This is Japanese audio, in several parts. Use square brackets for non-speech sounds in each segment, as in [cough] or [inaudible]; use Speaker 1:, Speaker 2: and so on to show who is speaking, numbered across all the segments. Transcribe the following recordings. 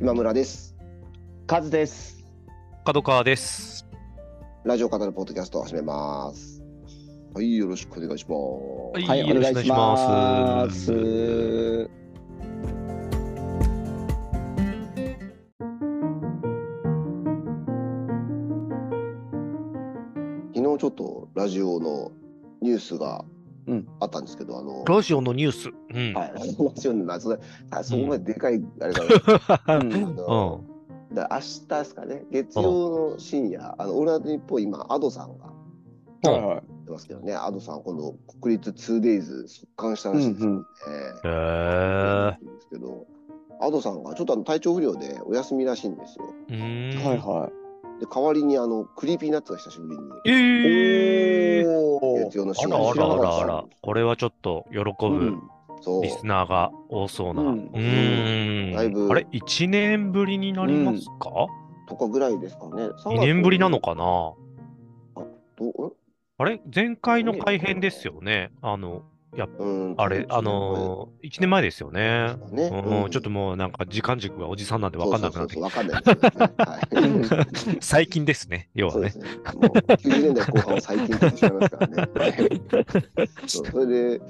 Speaker 1: 今村です。
Speaker 2: カズです。
Speaker 3: 角川です。
Speaker 1: ラジオカタのポッドキャストを始めます。はい、よろしくお願いします。
Speaker 3: はい
Speaker 2: はい、お
Speaker 3: よろ
Speaker 2: 願
Speaker 3: しく
Speaker 2: いし
Speaker 3: お願いします
Speaker 2: ます。は
Speaker 1: 昨日ちょっとラジオのニュースが
Speaker 2: うん
Speaker 1: あったんですけど、あの、
Speaker 3: ラジオのニュース。うん。
Speaker 1: はい、ラジオの謎だあそこまででかい、あれだ
Speaker 2: うん
Speaker 1: あ
Speaker 3: う
Speaker 1: の
Speaker 3: ん。
Speaker 1: だ明日ですかね、月曜の深夜、あの、オールナイトニッポン今、アドさんが
Speaker 2: い
Speaker 3: うん
Speaker 2: は
Speaker 1: やってますけどね、アドさん、今度、国立 2days 速乾したら
Speaker 2: い。
Speaker 1: し
Speaker 2: う
Speaker 1: いですよね。
Speaker 2: ん
Speaker 3: へえ。
Speaker 1: なんですけど、アドさんがちょっとあの体調不良でお休みらしいんですよ。
Speaker 3: う。
Speaker 2: うんん。はいは
Speaker 1: で代わりにあのクリーピーナッツが久しぶりに
Speaker 3: い。
Speaker 2: い。
Speaker 3: ええー。
Speaker 2: お
Speaker 1: 月曜の
Speaker 3: あ
Speaker 1: 深
Speaker 3: ら
Speaker 1: 夜
Speaker 3: あ
Speaker 1: 知ら
Speaker 3: ら
Speaker 1: な
Speaker 3: あら
Speaker 1: か
Speaker 3: あ
Speaker 1: った
Speaker 3: ら。これはちょっと喜ぶ
Speaker 1: そう
Speaker 3: リスナーが多そうな。
Speaker 2: う
Speaker 3: うんん。ん
Speaker 1: だいぶ
Speaker 3: あれ一年ぶりになりますか？
Speaker 1: とかぐらいですかね。
Speaker 3: 二年ぶりなのかな？
Speaker 1: どう
Speaker 3: あれ前回の改編ですよね。あのやっぱ
Speaker 1: うん
Speaker 3: あれあのー一年前ですよね。
Speaker 1: そうですかね
Speaker 3: うん。ちょっともうなんか時間軸がおじさんなんでわかんなくなってき
Speaker 1: そうそう
Speaker 3: [laughs]
Speaker 1: そうそうわかんないですよね。はい
Speaker 3: た。最近ですね。要は
Speaker 1: そうで
Speaker 3: ね。
Speaker 1: すね。もう90年代後半は最近って言ってしまいます
Speaker 3: [laughs]
Speaker 1: からね。そうそれで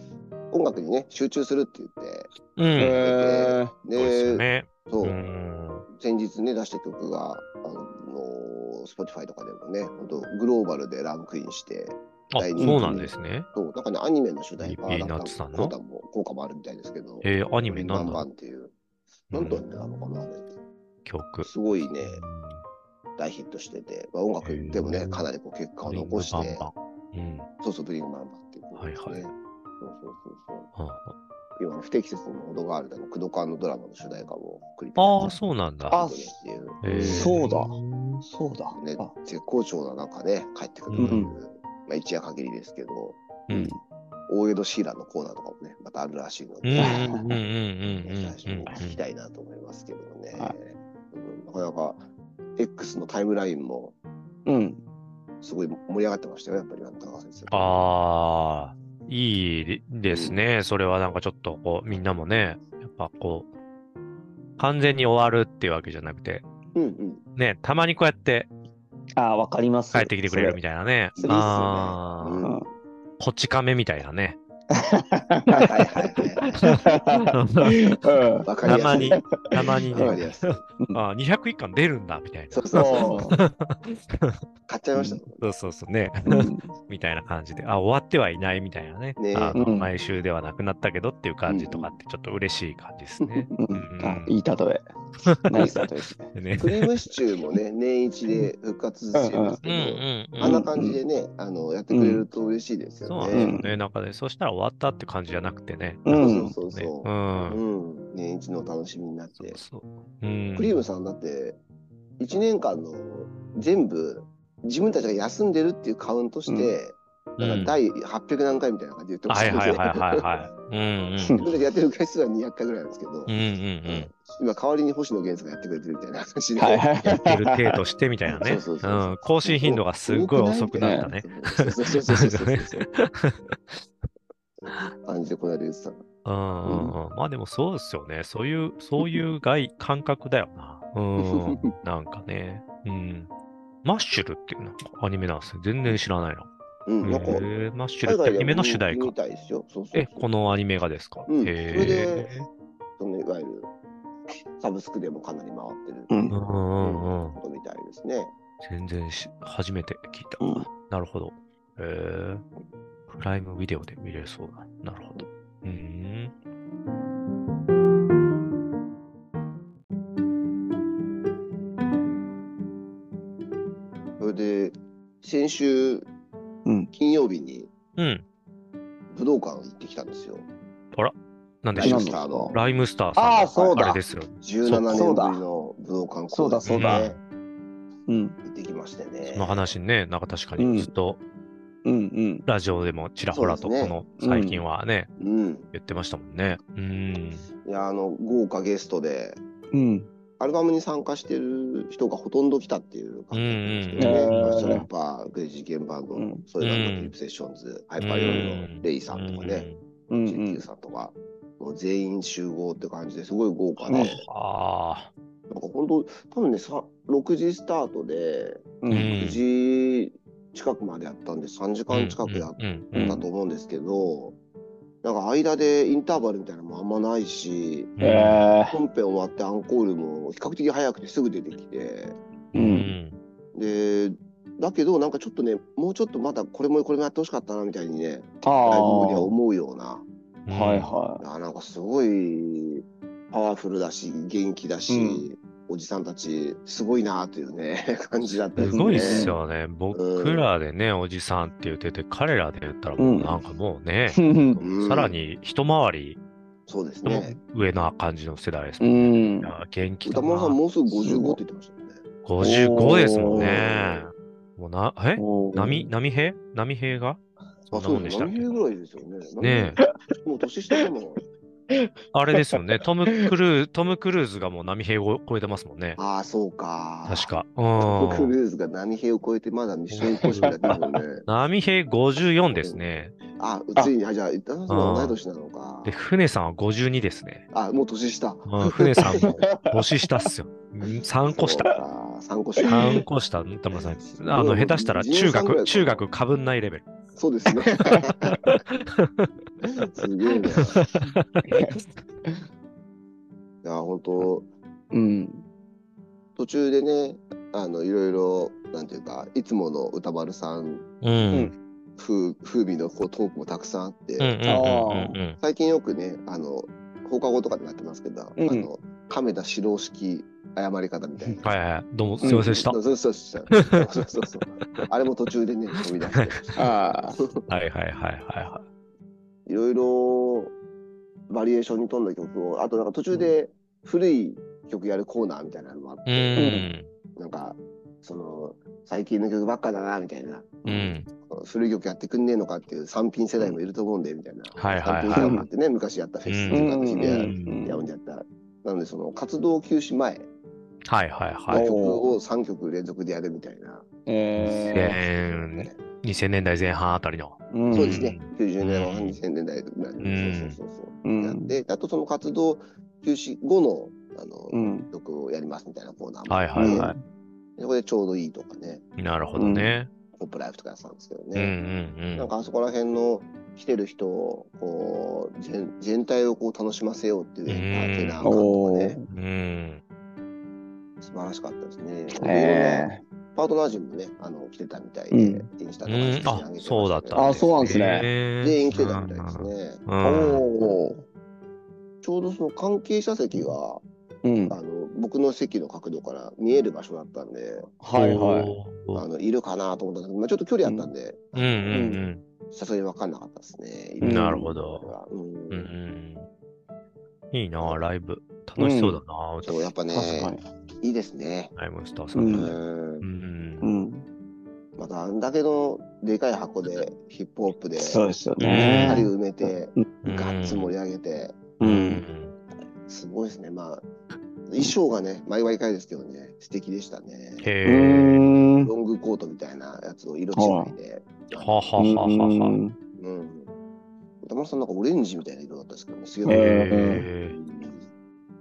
Speaker 1: 音楽にね集中するって言って、
Speaker 3: うん。
Speaker 2: え
Speaker 1: で
Speaker 3: そうですよね。。
Speaker 1: そううん先日ね出した曲があの Spotify とかでもね本当グローバルでランクインして
Speaker 3: あ、
Speaker 1: 第
Speaker 3: そ
Speaker 1: 二
Speaker 3: うなんですね。
Speaker 1: そうなんかねアニメの主題歌
Speaker 3: リッピーナッツさんの
Speaker 1: 効果も効果もあるみたいですけど
Speaker 3: えー、ア
Speaker 1: ア
Speaker 3: ニメなんだ
Speaker 1: っていうなんとアニメなのかなあれ
Speaker 3: 曲。
Speaker 1: すごいね大ヒットしてて、まあ、音楽でも
Speaker 3: へ
Speaker 1: ね
Speaker 3: ー
Speaker 1: かなりこう結果を残して
Speaker 3: バンバンうん。
Speaker 1: そうそうブリングバンバンっていうことですね、
Speaker 3: はいは
Speaker 1: そうそうそうそう
Speaker 3: あ
Speaker 1: 今の不適切にも程があるだのクドカンのドラマの主題歌もクリップ
Speaker 3: あー、そうなんだ。
Speaker 1: あっていう、
Speaker 3: えー
Speaker 2: そうだそうだ。
Speaker 1: ね
Speaker 2: あ、
Speaker 1: 絶好調な中ね帰ってくるという、
Speaker 2: うん
Speaker 1: まあ、一夜限りですけど
Speaker 3: うん。
Speaker 1: 大江戸シーラのコーナーとかもねまたあるらしいの
Speaker 3: う
Speaker 1: で、
Speaker 3: んうんうんうんうん
Speaker 1: 最初
Speaker 3: うん
Speaker 1: に聞きたいなと思いますけどね
Speaker 2: はい。
Speaker 1: うんなかなか X のタイムラインも
Speaker 2: うん。
Speaker 1: すごい盛り上がってましたよ、やっぱりなんか高橋先生。
Speaker 3: ああ、いいですね。それはなんかちょっとこう、みんなもね、やっぱこう、完全に終わるっていうわけじゃなくて、
Speaker 1: うんうん。
Speaker 3: ね、たまにこうやって
Speaker 2: あ、わかります。
Speaker 3: 帰ってきてくれるみ
Speaker 2: た
Speaker 3: たいなね。
Speaker 1: それ
Speaker 3: ああ
Speaker 1: それいいっすよねうん
Speaker 3: ー、こち亀みたいな
Speaker 1: [laughs]
Speaker 3: ね。
Speaker 1: はいはいはいはい。
Speaker 2: いな。
Speaker 1: わかりやす
Speaker 3: た
Speaker 1: い。
Speaker 3: まに、たまに
Speaker 1: わか
Speaker 3: ね
Speaker 1: り。やすい。
Speaker 3: ああ、201巻出るんだ、みたいな。
Speaker 1: そうそうそうそう。
Speaker 2: そ
Speaker 1: 買っちゃいましたもん
Speaker 3: そうそうそうね。 [laughs]
Speaker 2: う。うん
Speaker 3: みたいな感じで。あ、終わってはいないみたいなね。
Speaker 1: ねえ
Speaker 3: あの
Speaker 2: うん
Speaker 3: 毎週ではなくなったけどっていう感じとかって、ちょっと嬉しい感じですね。
Speaker 2: うんあいい例え。ナイス例えですね。
Speaker 3: で [laughs] ね
Speaker 1: クリームシチューもね、年一で復活してます
Speaker 3: う
Speaker 1: け
Speaker 3: ん
Speaker 1: ど、
Speaker 3: うん
Speaker 1: あん
Speaker 3: う。
Speaker 1: なん感じでね、あのやってくれると嬉しいです
Speaker 3: そう
Speaker 1: よ
Speaker 3: なん
Speaker 1: ね。
Speaker 3: ですよね。なんかね、そうしたら終わったって感じじゃなくてね。
Speaker 2: うん
Speaker 1: そうそう
Speaker 3: ね
Speaker 1: そうう。
Speaker 3: ん。
Speaker 1: うん。年一の楽しみになっ
Speaker 3: そ
Speaker 1: て
Speaker 3: う。そう。うん。
Speaker 1: クリームさんだって1年間の全部自分たちが休んでるっていうカウントして、
Speaker 3: うん
Speaker 1: なんか第800何回みたいな感じで言ってま
Speaker 3: は
Speaker 1: し
Speaker 3: い
Speaker 1: た
Speaker 3: はい
Speaker 1: けど
Speaker 3: はいはいはい。
Speaker 1: [laughs]
Speaker 3: うん
Speaker 1: 自分たちやってる回数は200回ぐらいなんですけど、
Speaker 3: うん。うんうん
Speaker 1: 今代わりに星野源さんがやってくれてるみたいな話で、
Speaker 2: はい
Speaker 1: [laughs]
Speaker 3: うん。いる程度してみたいなね。
Speaker 1: そうそうそうそう
Speaker 3: うん。更新頻度がすごい遅くなったね。
Speaker 1: そうそうそうそうそうそうそう
Speaker 3: [laughs]
Speaker 1: 感じでこの間言ってた
Speaker 3: うんうんうん、まあでもそうですよね。そういう、そういう外感覚だよな。うん。なんかね。うん。マッシュルっていうなんかアニメなんですね。全然知らないの。
Speaker 1: うんなんか
Speaker 3: へえマッシュルってアニメの主題
Speaker 1: 海外でも人気み
Speaker 3: 歌。
Speaker 1: たいですよそうそうそう
Speaker 3: え、このアニメがですか、
Speaker 1: うんそれ
Speaker 3: へ
Speaker 1: で
Speaker 3: え。
Speaker 1: そのいわゆるサブスクでもかなり回ってる
Speaker 2: うん
Speaker 3: うんうんうん。
Speaker 1: ことみたいですね、
Speaker 3: 全然し、初めて聞いた。
Speaker 2: うん
Speaker 3: なるほど。へえ。プライムビデオで見れそうだ。なるほど。うん。
Speaker 1: それで先週
Speaker 2: うん
Speaker 1: 金曜日に
Speaker 3: うん。
Speaker 1: 武道館行ってきたんですよ。
Speaker 3: なんで
Speaker 1: ラ
Speaker 3: し
Speaker 1: イ
Speaker 3: ょう
Speaker 1: ムス。ターの
Speaker 3: ライムスターさんの。
Speaker 2: ああ、そう
Speaker 3: あ
Speaker 2: だ
Speaker 3: れで。すよ。
Speaker 1: 17年ぶりの武道館公演
Speaker 2: そう
Speaker 3: だ
Speaker 1: ね
Speaker 2: う
Speaker 1: 行
Speaker 2: ん。
Speaker 1: ってきましてね。
Speaker 3: その話ね、なんか確か
Speaker 2: うん
Speaker 3: にずっと
Speaker 2: うんうん。
Speaker 3: ラジオでもちらほらと
Speaker 1: そう
Speaker 3: こ
Speaker 1: ですね
Speaker 3: の最近はね、
Speaker 1: うん。
Speaker 3: 言ってましたもんね。うん。
Speaker 1: いやあの豪華ゲストで
Speaker 2: うん。
Speaker 1: アルバムに参加してる人がほとんど来たっていう感じなんですけど
Speaker 2: うんうんうん
Speaker 1: ね。
Speaker 2: へー
Speaker 1: ラストラッパー、グレイジーゲームバンド、
Speaker 2: うん
Speaker 1: そういうバンド、クリプセッションズ、ハイパーヨーのレイさんとかね、
Speaker 2: う
Speaker 1: ジェ
Speaker 2: ん
Speaker 1: ッキューさんとか、もう全員集合って感じですごい豪華
Speaker 2: う
Speaker 1: で
Speaker 2: ん。
Speaker 3: うん。ああ。
Speaker 1: なんかこれと多分ねさ6時スタートで
Speaker 2: う
Speaker 3: うんん
Speaker 1: 9時近くまでやったんで3時間近くやっ
Speaker 3: うんうん
Speaker 1: たと思うんですけど、なんか間でインターバルみたいなのもあんまないし
Speaker 3: うん
Speaker 2: え
Speaker 1: 本編終わってアンコールも比較的早くてすぐ出てきて
Speaker 2: ーう
Speaker 3: うんん
Speaker 1: でだけどなんかちょっとねもうちょっとまだこれもこれもやってほしかったなみたいにね
Speaker 2: あ
Speaker 1: ライブ
Speaker 2: あ
Speaker 1: 後には思うような
Speaker 3: うん
Speaker 2: はいはい
Speaker 1: やなんかすごいパワフルだし元気だし、
Speaker 2: うん
Speaker 1: おじさんたちすごいなというね [laughs] 感じだったですすね。
Speaker 3: ごいっすよね。僕らでね、おじさんって言ってて、彼らで言ったらもうなんかもうね、
Speaker 2: い。
Speaker 1: うん
Speaker 3: さらに一回り
Speaker 1: そうですね。
Speaker 3: 上な感じの世代です
Speaker 2: う
Speaker 3: もんね。
Speaker 2: ん
Speaker 3: い。や元気だ
Speaker 1: 歌
Speaker 3: な。
Speaker 1: 丸さんもうすぐ
Speaker 2: す
Speaker 1: 55
Speaker 2: ごい
Speaker 1: って言ってましたよね。
Speaker 3: 55ですもんね。もうな、え
Speaker 2: おー
Speaker 3: 波、波平波平がそんな
Speaker 1: そ
Speaker 3: も
Speaker 1: うんで
Speaker 3: です
Speaker 1: ね。
Speaker 3: したっ
Speaker 1: 何
Speaker 3: け
Speaker 1: 平ぐらいですよね。
Speaker 3: ね
Speaker 1: え。もう年下でも。
Speaker 3: あれですよね。トム・クルー、トム・クルーズがもう波平を超えてますもんね。
Speaker 1: ああ、そうか。
Speaker 3: 確。か。
Speaker 1: トムク
Speaker 3: うん。
Speaker 1: ルーズが何平を超えてまだミッションインポッシブルだったもんね。
Speaker 3: 波平54ですね。
Speaker 1: あ、ついに、はいじゃあ、いったんその同い年なのか
Speaker 3: で、。船さんは52ですね。
Speaker 1: あ、もう年下。 [laughs]
Speaker 3: うん、船さんも年下っすよ。3個下。
Speaker 1: 下。三個下。
Speaker 3: 3個下、田村さん。あの、下手したら中学、中学かぶんないレベル。
Speaker 1: そう
Speaker 3: [laughs]
Speaker 1: ですね。すげえな。いや、本当
Speaker 2: [laughs] うん。
Speaker 1: 途中でね、あの、いろいろ、なんていうか、いつもの歌丸さん
Speaker 3: うん。
Speaker 1: 風風味のこうトークもたくさんあって、
Speaker 3: うんうんうんうん
Speaker 1: 最近よくね、あの、放課後とかでもやってますけど、
Speaker 2: うん
Speaker 1: あの、亀田四郎式謝り方みたいな。
Speaker 3: うん。はいはい。どうも、すいませんでした。
Speaker 1: う
Speaker 3: は
Speaker 1: そうそうそう。そうそうそう。あれも途中でね、飛び出して。
Speaker 3: [laughs]
Speaker 2: ああ。
Speaker 3: いはいはいはい
Speaker 1: ろいろバリエーションに富んだ曲をあとなんか途中で古い曲やるコーナーみたいなのもあっ
Speaker 3: い。う
Speaker 1: て、
Speaker 3: ん。
Speaker 1: なんかその最近の曲ばっかだなみたいな、
Speaker 3: うん。
Speaker 1: 古い曲やってくんねえのかっていう三品世代もいると思うんでみたいな、
Speaker 3: はいは
Speaker 1: 三
Speaker 3: い
Speaker 1: 品
Speaker 3: は
Speaker 1: 世
Speaker 3: い
Speaker 1: 代もあってね昔やったフェス
Speaker 2: う
Speaker 1: と
Speaker 2: ん
Speaker 1: かって
Speaker 2: う
Speaker 1: で
Speaker 2: ん。
Speaker 1: やるんじゃった、なのでその活動休止前
Speaker 3: はいはいは
Speaker 1: の
Speaker 3: い。
Speaker 1: 曲を3曲連続でやるみたいな、
Speaker 2: え
Speaker 3: えー、2000年代前半あたりの。
Speaker 2: え。ん
Speaker 1: そうですね90年
Speaker 3: うん
Speaker 1: 代2000年代ぐらいの、
Speaker 3: うん
Speaker 1: そうそうそうそう
Speaker 2: う
Speaker 1: やっ
Speaker 2: ん。
Speaker 1: てあとその活動休止後のあの、
Speaker 2: うん。
Speaker 1: 曲をやりますみたいなコーナーも
Speaker 3: はいはいは
Speaker 1: でそこでちょうどいいとかね、
Speaker 3: い。なるほどね。
Speaker 1: ポップライフとかやってたんですけど
Speaker 3: うんう
Speaker 1: ね、
Speaker 3: んう
Speaker 1: なん
Speaker 3: ん。
Speaker 1: かあそこら辺の来てる人をこう全全体をこう楽しませようっていうエンターテイナー感と
Speaker 2: お
Speaker 1: か
Speaker 2: ー
Speaker 1: ね、
Speaker 3: うん。
Speaker 1: 素晴らしかったですね。
Speaker 2: ええ。
Speaker 1: パートナー陣もね、あの来てたみたいで、
Speaker 2: うん
Speaker 1: インスタ
Speaker 3: う
Speaker 1: とかに
Speaker 3: ん
Speaker 1: 上げてました
Speaker 3: あ
Speaker 1: けど、
Speaker 3: そうだった。
Speaker 2: あそうなんですね
Speaker 1: 全員来てたみたいですね。
Speaker 3: う
Speaker 2: お
Speaker 3: ん。
Speaker 2: お。
Speaker 1: ちょうどその関係者席が
Speaker 2: うん。
Speaker 1: あの僕の席の角度から見える場所だったんで、
Speaker 2: はいはい。
Speaker 1: あのいるかなと思ったんだけど、まあ、ちょっと距離あったんで、
Speaker 3: い。うんうん
Speaker 1: さすがに分かんなかったですね。
Speaker 3: う。
Speaker 2: うんん
Speaker 3: なるほど。
Speaker 1: うん
Speaker 3: うんうん。いいな、ライブ。楽しそうだな、歌
Speaker 1: そうやっぱね
Speaker 2: 確かに。
Speaker 1: いいですね。
Speaker 3: ライブスターさ
Speaker 2: うん
Speaker 1: うん
Speaker 3: ね。
Speaker 1: ん
Speaker 3: う、。
Speaker 2: うんん。
Speaker 1: またあんだけのでかい箱でヒップホップでし
Speaker 2: そうですよ
Speaker 1: っかり
Speaker 2: ね。
Speaker 1: 埋めて、
Speaker 3: うん
Speaker 1: ガッツ盛り上げて、
Speaker 2: う。
Speaker 3: うんん。
Speaker 1: すごいですね。まあ衣装がね毎毎回ですけどね素敵でしたね。
Speaker 2: う
Speaker 3: へえ。
Speaker 2: ーん。
Speaker 1: ロングコートみたいなやつを色違いで、
Speaker 3: ははは
Speaker 2: う
Speaker 3: はは。
Speaker 2: ん
Speaker 1: うん。歌丸さんなんかオレンジみたいな色だったですけどね。すげえな。
Speaker 3: へえ。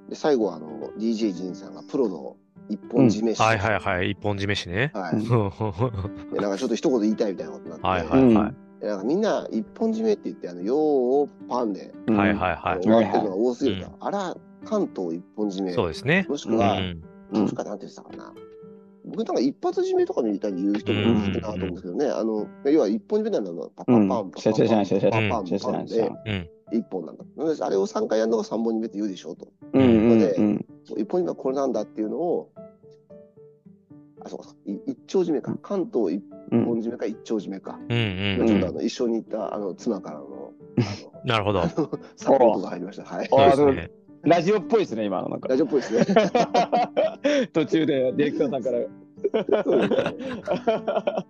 Speaker 1: で最後はあの DJ ジンさんがプロの一本締めし、
Speaker 3: はいはいはい、一本締め
Speaker 1: [laughs]
Speaker 3: しね。
Speaker 1: は
Speaker 2: う
Speaker 1: い
Speaker 2: ん。
Speaker 1: でなんかちょっと一言言いたいみたいなことになって、
Speaker 3: はいはいは
Speaker 1: でなんかみんな一本締めって言って、あの、ようをパンで、
Speaker 2: う
Speaker 3: い。
Speaker 2: ん
Speaker 3: はいはいは
Speaker 1: 終わって
Speaker 2: は
Speaker 1: るの
Speaker 2: いは
Speaker 1: が多すぎるから、
Speaker 3: う
Speaker 1: あら、関東一本締
Speaker 3: い。
Speaker 1: め、
Speaker 3: そうですね。
Speaker 1: もしく
Speaker 3: う
Speaker 1: は、
Speaker 3: ん。
Speaker 2: うん
Speaker 1: もしくはなんて言ってたかな。僕なんか一発締めとかみたいに言う人もいるなと思うんですけどね、あの、要は一本締めなのパパパン、パパ
Speaker 2: 先生
Speaker 1: パン、
Speaker 2: 先生
Speaker 1: パパン、
Speaker 2: 先生
Speaker 1: パパンで
Speaker 3: うん。
Speaker 1: 一本なんだ。なので、あれを3回やるのが3本締めって言うでしょうと。
Speaker 2: うんうんうん。
Speaker 1: そう一本締めはこれなんだっていうのを、あ、そうかそうか、い一丁締めか。関東一
Speaker 2: うん
Speaker 1: 本締めか一丁締めか。
Speaker 3: うんうん
Speaker 1: ちょ
Speaker 3: う
Speaker 1: っ
Speaker 3: ん
Speaker 1: とあ。の一緒に行ったあの妻からのあ
Speaker 3: なるほど。
Speaker 1: のサポートが入りました。はい。
Speaker 2: あ
Speaker 3: そう
Speaker 2: ー
Speaker 3: ですね。
Speaker 2: ラジオっぽいですね、今のなんか
Speaker 1: 大。丈夫っぽいです
Speaker 3: [laughs]
Speaker 1: ね。
Speaker 2: [laughs] 途中でディレクターさん
Speaker 1: そうですね
Speaker 2: から。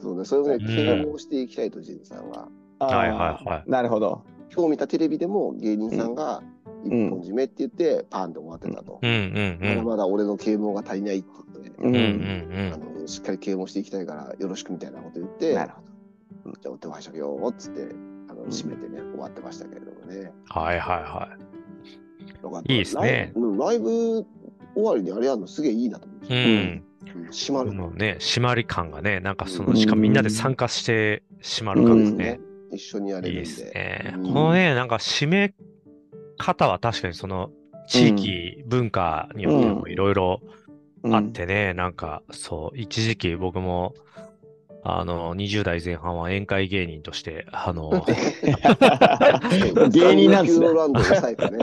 Speaker 1: そうね。それをね、
Speaker 3: うん
Speaker 1: 啓蒙していきたいと、ジンさんは。
Speaker 2: あー
Speaker 3: はいはいはい。
Speaker 2: なるほど。
Speaker 1: 今日見たテレビでも芸人さんが一本締めって言って、パンって終わってたと
Speaker 3: う。んう
Speaker 1: まだ
Speaker 3: ん
Speaker 1: まだ俺の啓蒙が足りないって言って
Speaker 2: う。
Speaker 1: ね、
Speaker 3: うん。うんうん
Speaker 1: あ
Speaker 3: ん
Speaker 1: の、しっかり啓蒙していきたいからよろしくみたいなこと言って、じ
Speaker 2: な
Speaker 1: ゃ
Speaker 2: るほど。
Speaker 1: あお手を拝借よーっつって、あの、締めてね、終わってましたけれどもね。
Speaker 3: はいはいは
Speaker 1: よかった
Speaker 3: いいっす
Speaker 1: ライ
Speaker 3: ね
Speaker 1: ブうんライブ終わりにあれやるのすげえいいなと思って
Speaker 2: う
Speaker 3: う
Speaker 2: ん
Speaker 3: ん。
Speaker 1: うん閉ま
Speaker 3: こ
Speaker 1: る
Speaker 3: のね、締まり感がね、なんかそ
Speaker 1: うん
Speaker 3: の、しかもみんなで参加して締まる
Speaker 1: そう
Speaker 3: 感
Speaker 1: で
Speaker 3: じ
Speaker 1: す
Speaker 3: ね
Speaker 1: ね。一緒にや
Speaker 3: い
Speaker 1: れ
Speaker 3: い
Speaker 1: る
Speaker 3: で
Speaker 1: ん
Speaker 3: す
Speaker 1: で
Speaker 3: ね。
Speaker 1: うん
Speaker 3: このね、なんか締め方は確かにその、地域、文化によってもいろいろ
Speaker 2: [laughs]
Speaker 3: あってね、なんかそう、一時期僕も、あの、20代前半は宴会芸人として、
Speaker 1: [laughs]
Speaker 3: あの、
Speaker 1: サンキュ
Speaker 2: 芸人なんですね
Speaker 1: ーランドの最
Speaker 3: [laughs]
Speaker 1: 後ね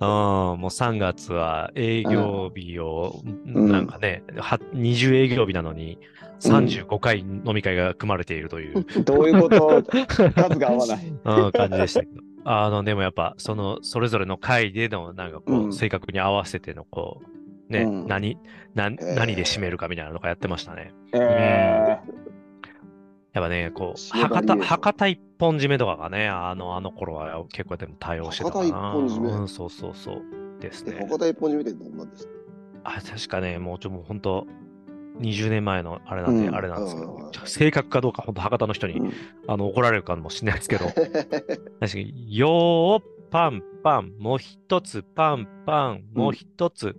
Speaker 3: うん、もう3月は営業日を、
Speaker 2: ん
Speaker 3: なんかね、は20営業日なのに、35回飲み会が組まれているという、
Speaker 2: うんどういうこと数が合わ
Speaker 3: [laughs]
Speaker 2: ない。
Speaker 3: うん、感じでしたけど。あの、でもやっぱ、その、それぞれの会での、なんかこう、
Speaker 2: うん
Speaker 3: 性格に合わせての、こう、ね、
Speaker 2: うん
Speaker 3: 何、何、
Speaker 1: えー
Speaker 3: 何で締めるかみたいなのがやってましたね。
Speaker 2: え
Speaker 3: やっぱね、こう、
Speaker 1: 締めバ
Speaker 3: 博
Speaker 1: リエーション
Speaker 3: 多、博多一本締めとかがね、あの、あの頃は結構でも対応してたかな。
Speaker 1: 博多一本締め
Speaker 3: うん、そうそうそう。です
Speaker 1: で
Speaker 3: ね。
Speaker 1: 博多一本締めてどんなんですか
Speaker 3: あ、確かね、もうちょ、もう本当20年前のあれなんで、
Speaker 2: うん
Speaker 3: あれなんですけど、
Speaker 1: うん
Speaker 3: ちょ正確かどうか、本当博多の人に、
Speaker 2: うん
Speaker 3: あの怒られるかもしれないですけ
Speaker 1: [laughs]
Speaker 3: ど、確かに、よー、パンパン、もう一つ、パンパン、もう一つ、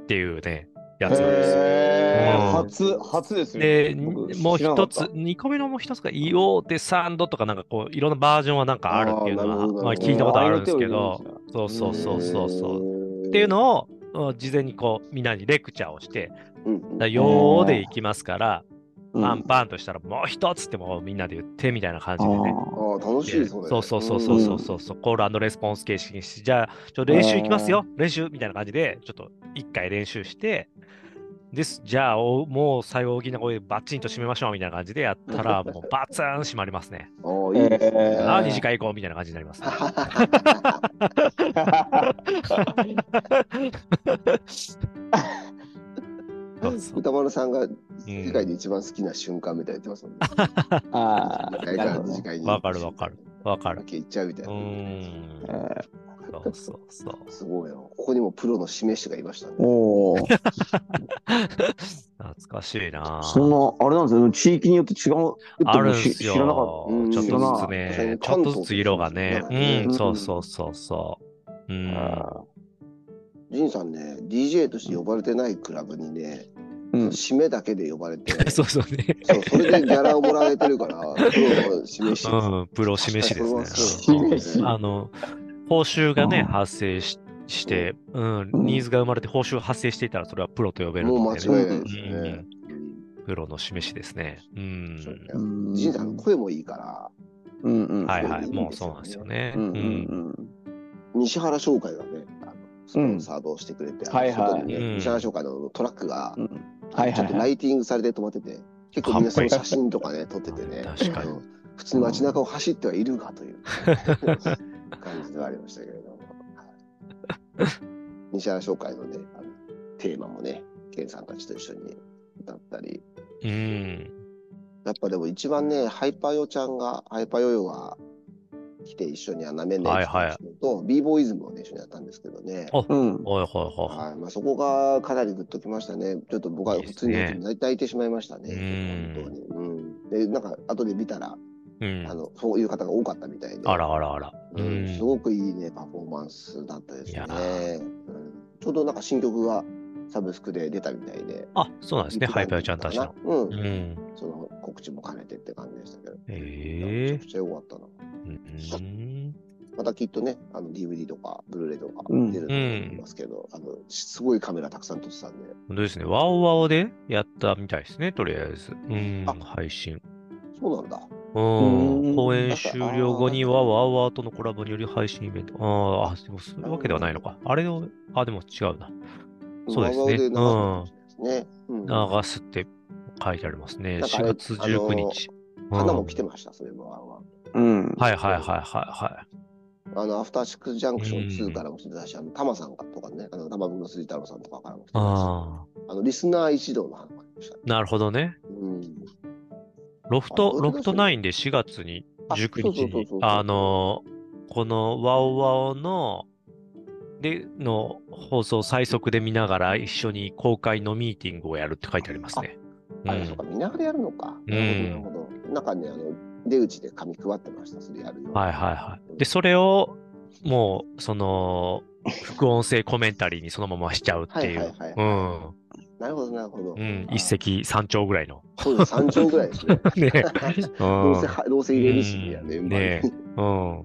Speaker 3: っていうね、やつなんですよ。
Speaker 2: え
Speaker 3: うん
Speaker 2: 初、初です
Speaker 3: で、
Speaker 2: ね。僕
Speaker 3: もう
Speaker 2: 知らなか
Speaker 3: 一
Speaker 2: っ
Speaker 3: つ
Speaker 2: た、
Speaker 3: 2個目のもう一つが、イオーでサンドとか、なんかこう、いろんなバージョンはなんかあるっていうの
Speaker 1: あーなるほどなるほ
Speaker 3: は、
Speaker 1: ど
Speaker 3: まあ、聞いたことあるんですけど
Speaker 2: うんああいう手を入れるん、
Speaker 3: そうそうそうそうそう。
Speaker 1: う
Speaker 3: っていうのをうん事前にこうみんなにレクチャーをして
Speaker 1: うんう
Speaker 3: 「
Speaker 1: ん
Speaker 3: だよー」でいきますから、パンパンとしたら「もう一つ」ってもうみんなで言ってみたいな感じでね。
Speaker 2: あ
Speaker 1: ああ楽しいそれ
Speaker 3: そうそうそうそうそうそうそう、コールレスポンス形式にしてじゃあちょっと練習いきますよ、練習みたいな感じでちょっと一回練習してですじゃあおもう最後大きな声でバッチンと締めましょうみたいな感じでやった [laughs] らもうバツン締まりますね、
Speaker 1: ああいいですね
Speaker 2: えー
Speaker 3: ああ2次会行こうみたいな感じになり [laughs] ますね、そうそう
Speaker 1: 歌丸さんが
Speaker 3: うん
Speaker 1: 世界で一番好きな瞬間みたいな言ってます
Speaker 3: [laughs]
Speaker 1: もんね。
Speaker 2: あー、
Speaker 1: [laughs] 世界から
Speaker 2: なるほど
Speaker 1: 二次
Speaker 2: ね。
Speaker 1: 会に。
Speaker 3: わかるわかる。わかる
Speaker 1: 行っちゃうみたいうな。
Speaker 3: ーん
Speaker 2: えー
Speaker 3: そうそうそう
Speaker 1: すごいな。ここにもプロの示しがいましたね。
Speaker 2: おお、
Speaker 3: 懐かしいなぁ
Speaker 2: そんな、あれなんですね。地域によって違うって
Speaker 3: あるん
Speaker 2: し
Speaker 3: すよ。
Speaker 2: 知らなかっ
Speaker 1: うん
Speaker 3: ちょっとずつ
Speaker 1: 知らな
Speaker 3: ね
Speaker 1: い、
Speaker 3: ちょっとずつ色がね
Speaker 1: 関。東ですよね
Speaker 3: うん、そう
Speaker 2: う
Speaker 3: そ
Speaker 2: ん
Speaker 3: うそうそう。うん。
Speaker 2: た。
Speaker 1: 仁さんね、DJ として呼ばれてないクラブにね、
Speaker 2: うん
Speaker 1: 締めだけで呼ばれて、
Speaker 3: [laughs] [laughs] そうそうね。
Speaker 1: そうそれでギャラをもらえてるから、プロの示し。
Speaker 3: うん、プロ示しですね。
Speaker 1: それはそう
Speaker 3: あの、報酬がね、
Speaker 2: うん
Speaker 3: 発生しして、うん、
Speaker 2: うん
Speaker 3: ニーズが生まれて報酬発生していたら、それはプロと呼べる
Speaker 1: もう
Speaker 3: の
Speaker 1: 間
Speaker 3: で
Speaker 1: 違い
Speaker 3: ね。
Speaker 1: ないですよね。
Speaker 3: プロの示しですね。う。
Speaker 1: そうんね仁さん、声もいいから、
Speaker 2: うんうん。
Speaker 3: はいはい、もうそうなんですよね。
Speaker 2: う
Speaker 3: うん。
Speaker 2: うんん
Speaker 1: 西原商会がね、あのスポンサードをしてくれて、あの
Speaker 2: はいはい
Speaker 1: 外にね
Speaker 3: うん
Speaker 1: 西原商会のトラックが、
Speaker 2: うん。はい
Speaker 1: ちょ
Speaker 2: は
Speaker 1: っ
Speaker 2: い
Speaker 1: とラ
Speaker 2: はい。
Speaker 1: イティングされて止まってて、結構みんなその写真とかね、撮っててね、
Speaker 3: 確かに
Speaker 1: うん普通の街中を走ってはいるがという感じではありましたけれども、はい西原商会のね、あのテーマもね、ケンさんたちと一緒に歌ったり、
Speaker 3: うん。
Speaker 1: やっぱでも一番ね、ハイパーヨちゃんが、ハイパーヨヨが来て一緒に穴目ね
Speaker 3: はいはい
Speaker 1: と、ビーボーイズムをね、一緒にやったんですけどね。
Speaker 2: うん。
Speaker 3: はいはいは
Speaker 1: はいまあ、そこがかなりグッときましたね。ちょっと僕はい
Speaker 3: い
Speaker 1: 普
Speaker 3: です
Speaker 1: 通に
Speaker 3: ね
Speaker 1: 泣いてしまいましたね。
Speaker 3: うん
Speaker 1: 本当に。うん、で、なんか後で見たら、
Speaker 3: い。う
Speaker 1: あ
Speaker 3: ん。
Speaker 1: のそういう方が多かったみたいで、
Speaker 3: あらあらあら。
Speaker 1: う
Speaker 3: うんん
Speaker 1: す。ごくいいね、パフォーマンスだったです
Speaker 3: い
Speaker 1: ね
Speaker 3: や。
Speaker 1: うんちょうどなんか新曲がサブスクで出たみたいで。
Speaker 3: あ、そうなんですね。ハイパーちゃんたちの。。
Speaker 1: うん、
Speaker 3: うん。
Speaker 1: その告知も兼ねてって感じでしたけど。
Speaker 3: ええ
Speaker 1: めちゃくちゃ良かったな。
Speaker 3: うん
Speaker 1: またきっとね、あの DVD とか、ブルーレイとか
Speaker 2: うん
Speaker 1: 出ると思いますけど、あのすごいカメラたくさん撮ってたんで、
Speaker 3: 本当ですね。ワオワオでやったみたいですね、とりあえず。うん
Speaker 1: あ、
Speaker 3: 配信。
Speaker 1: そうなんだ。
Speaker 3: う
Speaker 2: うん
Speaker 3: ん、公演
Speaker 1: なんか
Speaker 3: 終了後に
Speaker 1: あー
Speaker 3: はワオワオとのコラボにより配信イベント。あーあ、でもそういうわけではないのか。あれを、あ、でも違うな。そうですね
Speaker 1: 真顔で流すね。うん
Speaker 3: 流すって書いてありますね。
Speaker 1: なんかあ
Speaker 3: 4
Speaker 1: れ
Speaker 3: 月19日。
Speaker 1: 花も来て
Speaker 3: ま
Speaker 1: ました、それも。
Speaker 2: うん。
Speaker 3: はいはいはいはいは
Speaker 1: あの、アフターシックスジャンクション
Speaker 3: う
Speaker 1: 2
Speaker 3: ん
Speaker 1: からも来てたし、あの、タマさんがとかね、あの、玉袋筋太郎さんとかからも来てたし、
Speaker 3: あ
Speaker 1: あの、リスナー一同の花もありました。
Speaker 3: あ、なるほどね。
Speaker 1: うん。
Speaker 3: ロフ
Speaker 1: あ
Speaker 3: ト
Speaker 1: そ、う
Speaker 3: ロフト9で4月に
Speaker 1: あ
Speaker 3: 19日
Speaker 1: そうそうそう
Speaker 3: に
Speaker 1: そう、
Speaker 3: あのー、このワオワオの、で、の放送最速で見ながら一緒に公開のミーティングをやるって書いてありますね。う
Speaker 1: あれ、そうか、
Speaker 3: ん、
Speaker 1: 見ながらやるのか。なるほど、なるほど。なんかね、あの、出口で紙配ってました、それやるよ。
Speaker 3: はいはいはい。で、それをもう、その、副音声コメンタリーにそのまましちゃうってい
Speaker 1: はいうはいはい。
Speaker 3: うん。
Speaker 1: なるほど、なるほど。
Speaker 3: うん。一石三鳥ぐらいの。 [laughs]
Speaker 1: そうです、3兆ぐらいですね。
Speaker 3: ね。
Speaker 1: [laughs]
Speaker 3: う
Speaker 1: ど
Speaker 3: ん
Speaker 1: うせ、はどうせ入れるし、みたいなねう
Speaker 3: う
Speaker 1: んまい
Speaker 3: ねうん。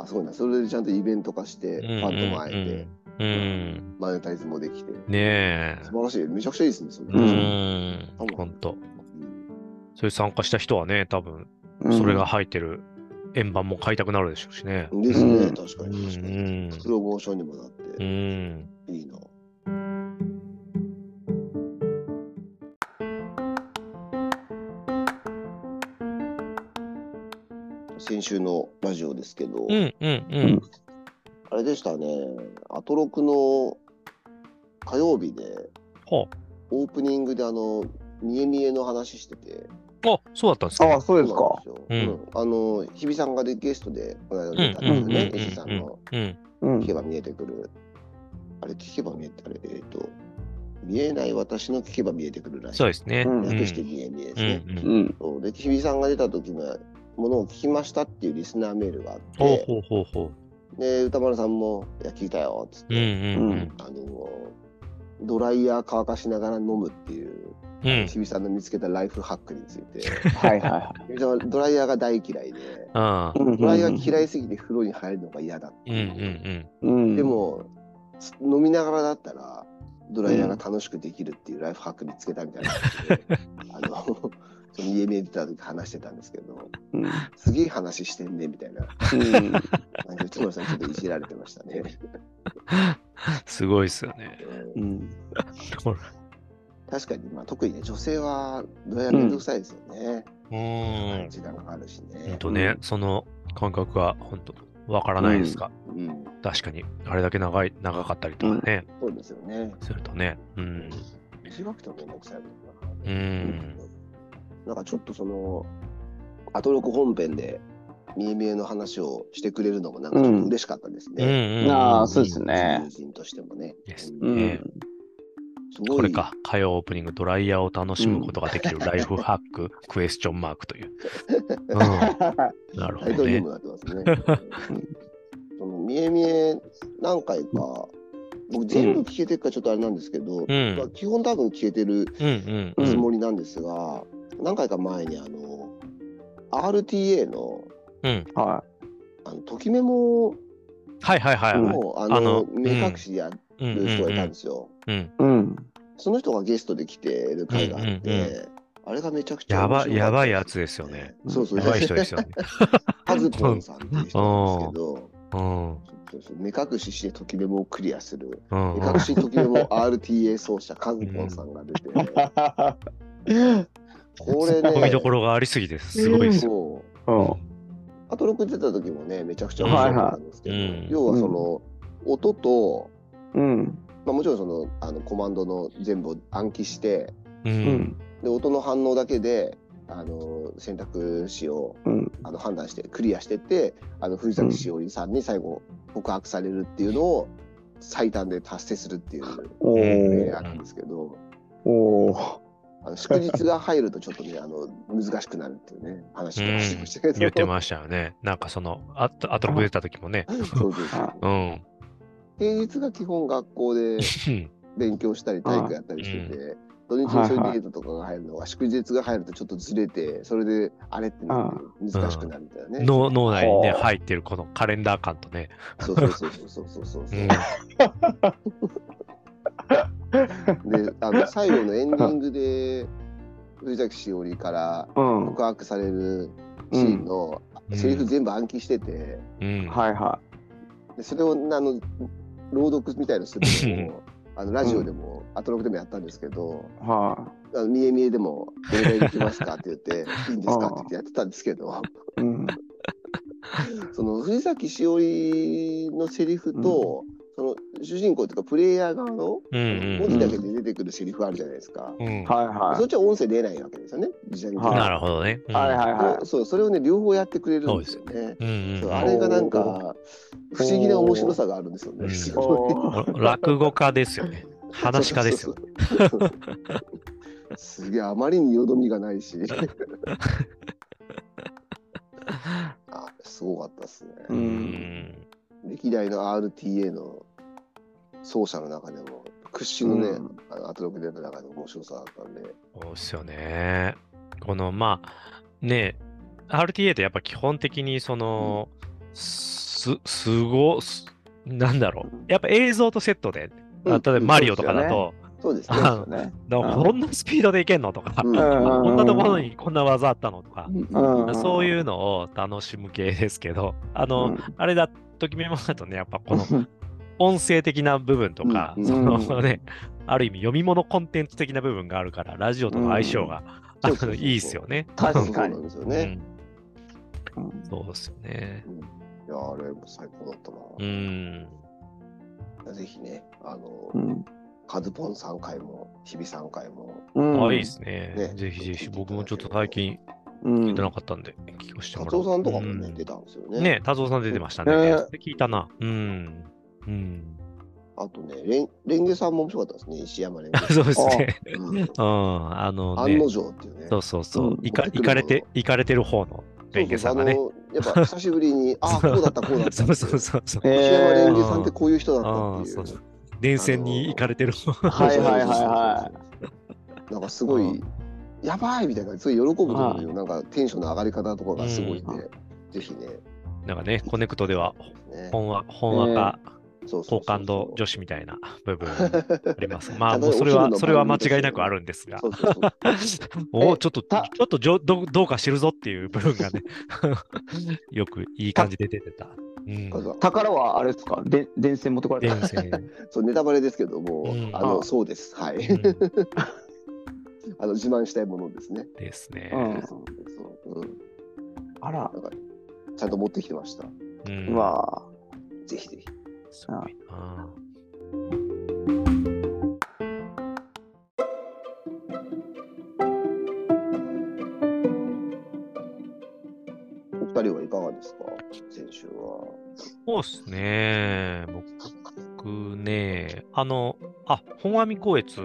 Speaker 1: あ、そうなんだそれでちゃんとイベント化して、ファンとも会えて、
Speaker 3: うんうん。
Speaker 1: マネタイズもできて。
Speaker 3: ねえ
Speaker 1: 素。晴らしい。めちゃくちゃいいですね、それ。
Speaker 3: う。
Speaker 2: うん
Speaker 1: うん
Speaker 3: ほんと。
Speaker 1: うん
Speaker 3: そういう参加した人はね、多分、
Speaker 2: うん
Speaker 3: それが。入ってる円盤も買いたくなるでしょうしね。
Speaker 1: ですね、
Speaker 2: うん
Speaker 1: 確か
Speaker 3: う
Speaker 1: に確かに。
Speaker 3: ん。
Speaker 1: プロモーションにもなっ
Speaker 3: う
Speaker 1: て、
Speaker 3: ん。
Speaker 1: いいな。先週のラジオですけど、
Speaker 3: うん。うん。う
Speaker 2: うんん。
Speaker 1: あれでしたね、アトロクの火曜日で、
Speaker 3: ほ
Speaker 1: オープニングであの、見え見えの話してて、
Speaker 3: う。あ、そうだったんです
Speaker 2: ああ、
Speaker 3: か。
Speaker 2: そうですか。
Speaker 1: そうなんです
Speaker 3: うん
Speaker 1: ようんあの、日比さんがでゲストで、この間出たんですよ
Speaker 2: うんうん
Speaker 1: ね
Speaker 3: う、んうん
Speaker 1: エシさんの。
Speaker 3: うん。
Speaker 2: うん
Speaker 1: 聞けば見えてくる。あれ、聞けば見えて、あれ、えっ、と、見えない私の聞けば見えてくるらしい。
Speaker 3: そうですね。
Speaker 2: うん
Speaker 1: 略して見え見えです
Speaker 3: う
Speaker 1: ね。
Speaker 3: んうん
Speaker 2: うん。
Speaker 1: そうで、日比さんが出た時のものを聞きましたっていうリスナーメールがあっ
Speaker 3: ほう
Speaker 1: て、
Speaker 3: ほうほうほ
Speaker 1: で、歌丸さんも、いや、聞いたよ、っつっ
Speaker 3: う。うん
Speaker 1: て、
Speaker 3: うんう
Speaker 2: うんん。
Speaker 1: あの、ドライヤー乾かしながら飲むっていう、
Speaker 3: うん。
Speaker 1: 日比さんの見つけたライフハックについ
Speaker 2: [laughs]
Speaker 1: て、
Speaker 2: はいはいは
Speaker 1: 日比さんはドライヤーが大嫌いで、
Speaker 3: ああ。
Speaker 2: い。
Speaker 1: ドライヤ
Speaker 2: う
Speaker 1: ー
Speaker 2: ん
Speaker 1: 嫌いすぎて風呂に入るのが嫌だって
Speaker 3: うんう
Speaker 1: い
Speaker 3: ん
Speaker 1: う。
Speaker 2: う
Speaker 3: [laughs]
Speaker 2: ん。
Speaker 1: でも、つ飲みながらだったら、ドライヤーが楽しくできるっていうライフハック見つけたみたい
Speaker 2: [laughs]
Speaker 1: な感じで、あの、その家見えてた時話してたんですけど、
Speaker 2: うん、うん。
Speaker 1: すげえ話してんねみたいな感じで、津村さんちょっといじられてました
Speaker 2: [laughs]
Speaker 1: ね。
Speaker 3: うん。すごいですよ
Speaker 1: [laughs]
Speaker 3: ね。
Speaker 1: うん
Speaker 2: うん。
Speaker 3: ほら
Speaker 1: 確かに、まあ、特にね、女性はドライヤーめんどくさいですよね。
Speaker 3: うーん。
Speaker 1: 時間かかるし
Speaker 3: ほん
Speaker 1: ね。
Speaker 3: とね、その感覚は本当わからないですか。
Speaker 1: うん、
Speaker 3: 確かに、あれだけ長い、長かったりとかね、
Speaker 1: そうですよね。
Speaker 3: するとね。うん。
Speaker 1: 短くてもめんどくさいもんな。
Speaker 3: うん。
Speaker 1: なんかちょっとその、アトロク本編で、見え見えの話をしてくれるのもなんかちょっと嬉しかったです
Speaker 3: うんう
Speaker 1: ね。
Speaker 3: んうん。
Speaker 2: ああ、そうです
Speaker 1: 友
Speaker 2: ね。
Speaker 1: 人としてもね。
Speaker 3: です
Speaker 1: う
Speaker 2: うん
Speaker 3: ね
Speaker 2: ん。
Speaker 1: すごい
Speaker 3: これか、火曜オープニング、ドライヤーを楽しむことができるライフハック、クエスチョンマークという。うん、なるほ
Speaker 1: タイ
Speaker 3: ど
Speaker 1: トルに
Speaker 3: ね。
Speaker 1: もなってますね。その見え見え何回か、僕全部消えてるかちょっとあれなんですけど、
Speaker 3: うん
Speaker 1: まあ、基本多分消えてる
Speaker 3: うん
Speaker 2: う
Speaker 1: つ
Speaker 2: ん
Speaker 1: もりなんですが、何回か前にあの、RTA の
Speaker 3: うん。うん。
Speaker 2: は
Speaker 1: あのときメモを、
Speaker 3: はいはいはいはい。
Speaker 1: あ
Speaker 3: あ
Speaker 1: の
Speaker 3: の
Speaker 1: 目隠しでや
Speaker 3: うんうん
Speaker 1: る人がいたん
Speaker 3: う
Speaker 1: ですよ。
Speaker 3: んうん。
Speaker 2: い。うん。
Speaker 1: その人がゲストで来てる回があって、
Speaker 3: うんうん
Speaker 1: あれがめちゃくちゃ
Speaker 3: や
Speaker 1: 面白か
Speaker 3: ば
Speaker 1: った
Speaker 3: い、やばいやつですよね。。
Speaker 1: そうそう、
Speaker 3: やばい人ですよね。
Speaker 1: カズポンさんっていう人なんですけど、
Speaker 3: うん。
Speaker 1: そうそう目隠ししてときメモをクリアする、
Speaker 3: うん。
Speaker 1: 目隠しときメモ RTA 奏者カズポンさんが出て、これ
Speaker 3: 込みど
Speaker 1: ね、
Speaker 3: ころがありすぎて、すごいですよ。
Speaker 1: そう
Speaker 2: うん。
Speaker 1: アトロック出た時もね、めちゃくちゃ面白かったんですけど、
Speaker 3: はいはいうん
Speaker 1: 要はその、音と、
Speaker 2: うん。
Speaker 1: まあ、もちろんそのあのコマンドの全部を暗記して、
Speaker 2: う
Speaker 3: う。
Speaker 2: んん。
Speaker 1: で音の反応だけであの選択肢を
Speaker 2: うん。
Speaker 1: あの判断してクリアしてってあの藤崎しおりさんに最後告白されるっていうのを最短で達成するっていう
Speaker 2: お
Speaker 1: プレイ
Speaker 2: ー
Speaker 1: ヤーなんですけど、
Speaker 2: おー
Speaker 1: あの祝日が入るとちょっとねあの難しくなるっていうね話をしてましたけど、
Speaker 3: 言ってましたよね。なんかその、あアトロク出た時もね。
Speaker 1: そうそう
Speaker 3: [laughs]
Speaker 1: そう
Speaker 3: うん。
Speaker 1: 平日が基本学校で勉強したり体育やったりしてて。土日にそういうデートとかが入るのが祝日が入るとちょっとずれてそれであれってなって難しくなるみたいなね。
Speaker 3: 脳脳内にね、
Speaker 2: ほう
Speaker 3: 入ってるこのカレンダー感とね。
Speaker 1: そうそうそうそうそうそうそうう。
Speaker 3: ん。
Speaker 1: であの最後のエンディングで藤崎しおりから
Speaker 2: うん。
Speaker 1: 告白されるシーンの
Speaker 3: うん
Speaker 1: セリフ全部暗記してて、
Speaker 3: うん。
Speaker 2: はいは
Speaker 1: でそれをあの朗読みたいのするのをあのラジオでも、アトロクでもやったんですけど
Speaker 2: い。は
Speaker 1: 「あの見え見えでもどれぐらいできますか?」って言って「いいんですか?」って言ってやってたんですけど
Speaker 2: い。うん。
Speaker 1: その藤崎しおりのセリフと、その主人公というかプレイヤー側の
Speaker 3: うんうん
Speaker 1: 文字だけで出てくるセリフあるじゃないですか。
Speaker 3: うん。
Speaker 2: はいは
Speaker 1: そっちは音声出ないわけですよね、時代に。
Speaker 2: はい
Speaker 3: なるほどね。う
Speaker 2: い。
Speaker 3: ん
Speaker 2: はいはいは
Speaker 1: そう、それをね、両方やってくれるんですよね。
Speaker 3: うんうん
Speaker 1: そううんあれがなんか、不思議な面白さがあるんですよ
Speaker 3: う
Speaker 1: ね
Speaker 3: ん。
Speaker 1: す
Speaker 2: い。
Speaker 1: ごい
Speaker 2: おー
Speaker 3: 落語家ですよね。話し家ですよ。。
Speaker 1: そうそうそうそうすげえ、あまりによどみがない
Speaker 3: [laughs]
Speaker 1: し。あすごかったですね。
Speaker 2: う
Speaker 3: うんん。
Speaker 1: で歴代の RTA の奏者の中でも、屈指のね、
Speaker 2: うん
Speaker 1: あのアトロク出た中で面白さだったんで、
Speaker 3: そうっすよね。このまあね RTA ってやっぱ基本的にその、すすごすなんだろうやっぱ映像とセットで、あ例えばマリオとかだと、
Speaker 1: そうですね。
Speaker 3: [laughs] あ
Speaker 2: そうですよね
Speaker 3: だから
Speaker 2: うん
Speaker 3: こんなスピードでいけんのとか、
Speaker 1: うん
Speaker 3: こんなところにこんな技あったのとか、
Speaker 2: うんうん
Speaker 3: そういうのを楽しむ系ですけどあ
Speaker 2: う
Speaker 3: の、
Speaker 2: ん
Speaker 3: あれだときめもだとねやっぱこの音声的な部分とか、
Speaker 1: うん
Speaker 3: その
Speaker 2: うん
Speaker 3: ね、ある意味読み物コンテンツ的な部分があるから、ラジオとの相性が、
Speaker 1: う
Speaker 3: あ
Speaker 1: ん
Speaker 3: の
Speaker 1: そうそうそうそう
Speaker 3: いいっすよね。
Speaker 2: 確かに
Speaker 1: そうなんですよね。
Speaker 3: うんそうっすよね。
Speaker 1: いや、あれも最高だった
Speaker 3: う
Speaker 1: な。
Speaker 3: ん。
Speaker 1: ぜひね、あの、
Speaker 2: うん
Speaker 1: カズポン3回も、日比3回も、
Speaker 2: うん
Speaker 3: あ、いいっすね。
Speaker 1: ね
Speaker 3: ぜひぜ
Speaker 1: 聞いていただけ
Speaker 3: ひ、
Speaker 1: れば
Speaker 3: 僕もちょっと最近
Speaker 2: うん
Speaker 3: 聞いてなかったんで、聞かせてもら
Speaker 1: 達夫さんとかも
Speaker 3: う
Speaker 1: ね、
Speaker 3: ん
Speaker 1: 出たんですよね。
Speaker 3: ね、達夫さん出てましたね。
Speaker 2: ね。
Speaker 3: それ聞いたな。うん。うん。 [laughs]
Speaker 1: あとね、レンレンゲさんも面白かったですね、石山レンゲ
Speaker 3: そうですね。
Speaker 1: うん
Speaker 3: うん。あの
Speaker 1: 案
Speaker 3: ね
Speaker 1: の、定っていうね。
Speaker 3: そうそうそううんいかいかれて、いかれてる方のレンゲさんがね。
Speaker 1: そうそうあのやっぱ久しぶりに、ああ、こうだった、こうだったってい。
Speaker 3: [laughs] そうそうそうそう。
Speaker 2: へー
Speaker 1: 石山レンゲさんってこういう人だった
Speaker 3: あ
Speaker 1: っ
Speaker 3: あ、
Speaker 1: ていう。。
Speaker 3: そうそう。電線に行かれてる。
Speaker 2: はいはいはいはい
Speaker 1: なんかすごい、
Speaker 3: うん
Speaker 1: やばいみたいな、そういう喜ぶと思うよ。なんかテンションの上がり方とかがすごいんで、
Speaker 2: う
Speaker 1: ぜひね。
Speaker 3: [laughs] なんかね、コネクトでは、
Speaker 1: ね
Speaker 3: ほんわ、ほんわか、
Speaker 1: そうそうそうそう
Speaker 3: 好感度女子みたいな部分あ
Speaker 1: [laughs]
Speaker 3: ります。まあ、
Speaker 1: ただ
Speaker 3: もうそれ
Speaker 1: お昼
Speaker 3: は、
Speaker 1: の
Speaker 3: それは
Speaker 1: 番組
Speaker 3: 間
Speaker 1: として
Speaker 3: 違いなくあるんですが
Speaker 1: そ、うそうそう。
Speaker 3: おお、ちょっと、ち
Speaker 2: た
Speaker 3: ょっとじょどうどうかしてるぞっていう部分
Speaker 1: [laughs]
Speaker 3: がね、よくいい感じで出てた。うん。
Speaker 1: カズは
Speaker 2: 宝はあれですかで電線持ってこられた
Speaker 3: 電
Speaker 1: [laughs]
Speaker 3: 線。
Speaker 1: そうネタバレですけども、
Speaker 3: うん
Speaker 1: あ
Speaker 2: あ
Speaker 1: のそうです。は
Speaker 3: う
Speaker 1: い。
Speaker 3: ん
Speaker 1: あの自慢したいものですね。
Speaker 3: です
Speaker 2: う
Speaker 3: ね。
Speaker 2: ん
Speaker 1: そううん
Speaker 2: あら
Speaker 1: ちゃんと持ってきてました。
Speaker 3: うん
Speaker 2: うわ
Speaker 1: ぜひぜひ。
Speaker 3: すごいな。
Speaker 1: お二人はいかがですか先週は。
Speaker 3: そうですね。僕ね、あの、あ、本阿弥光悦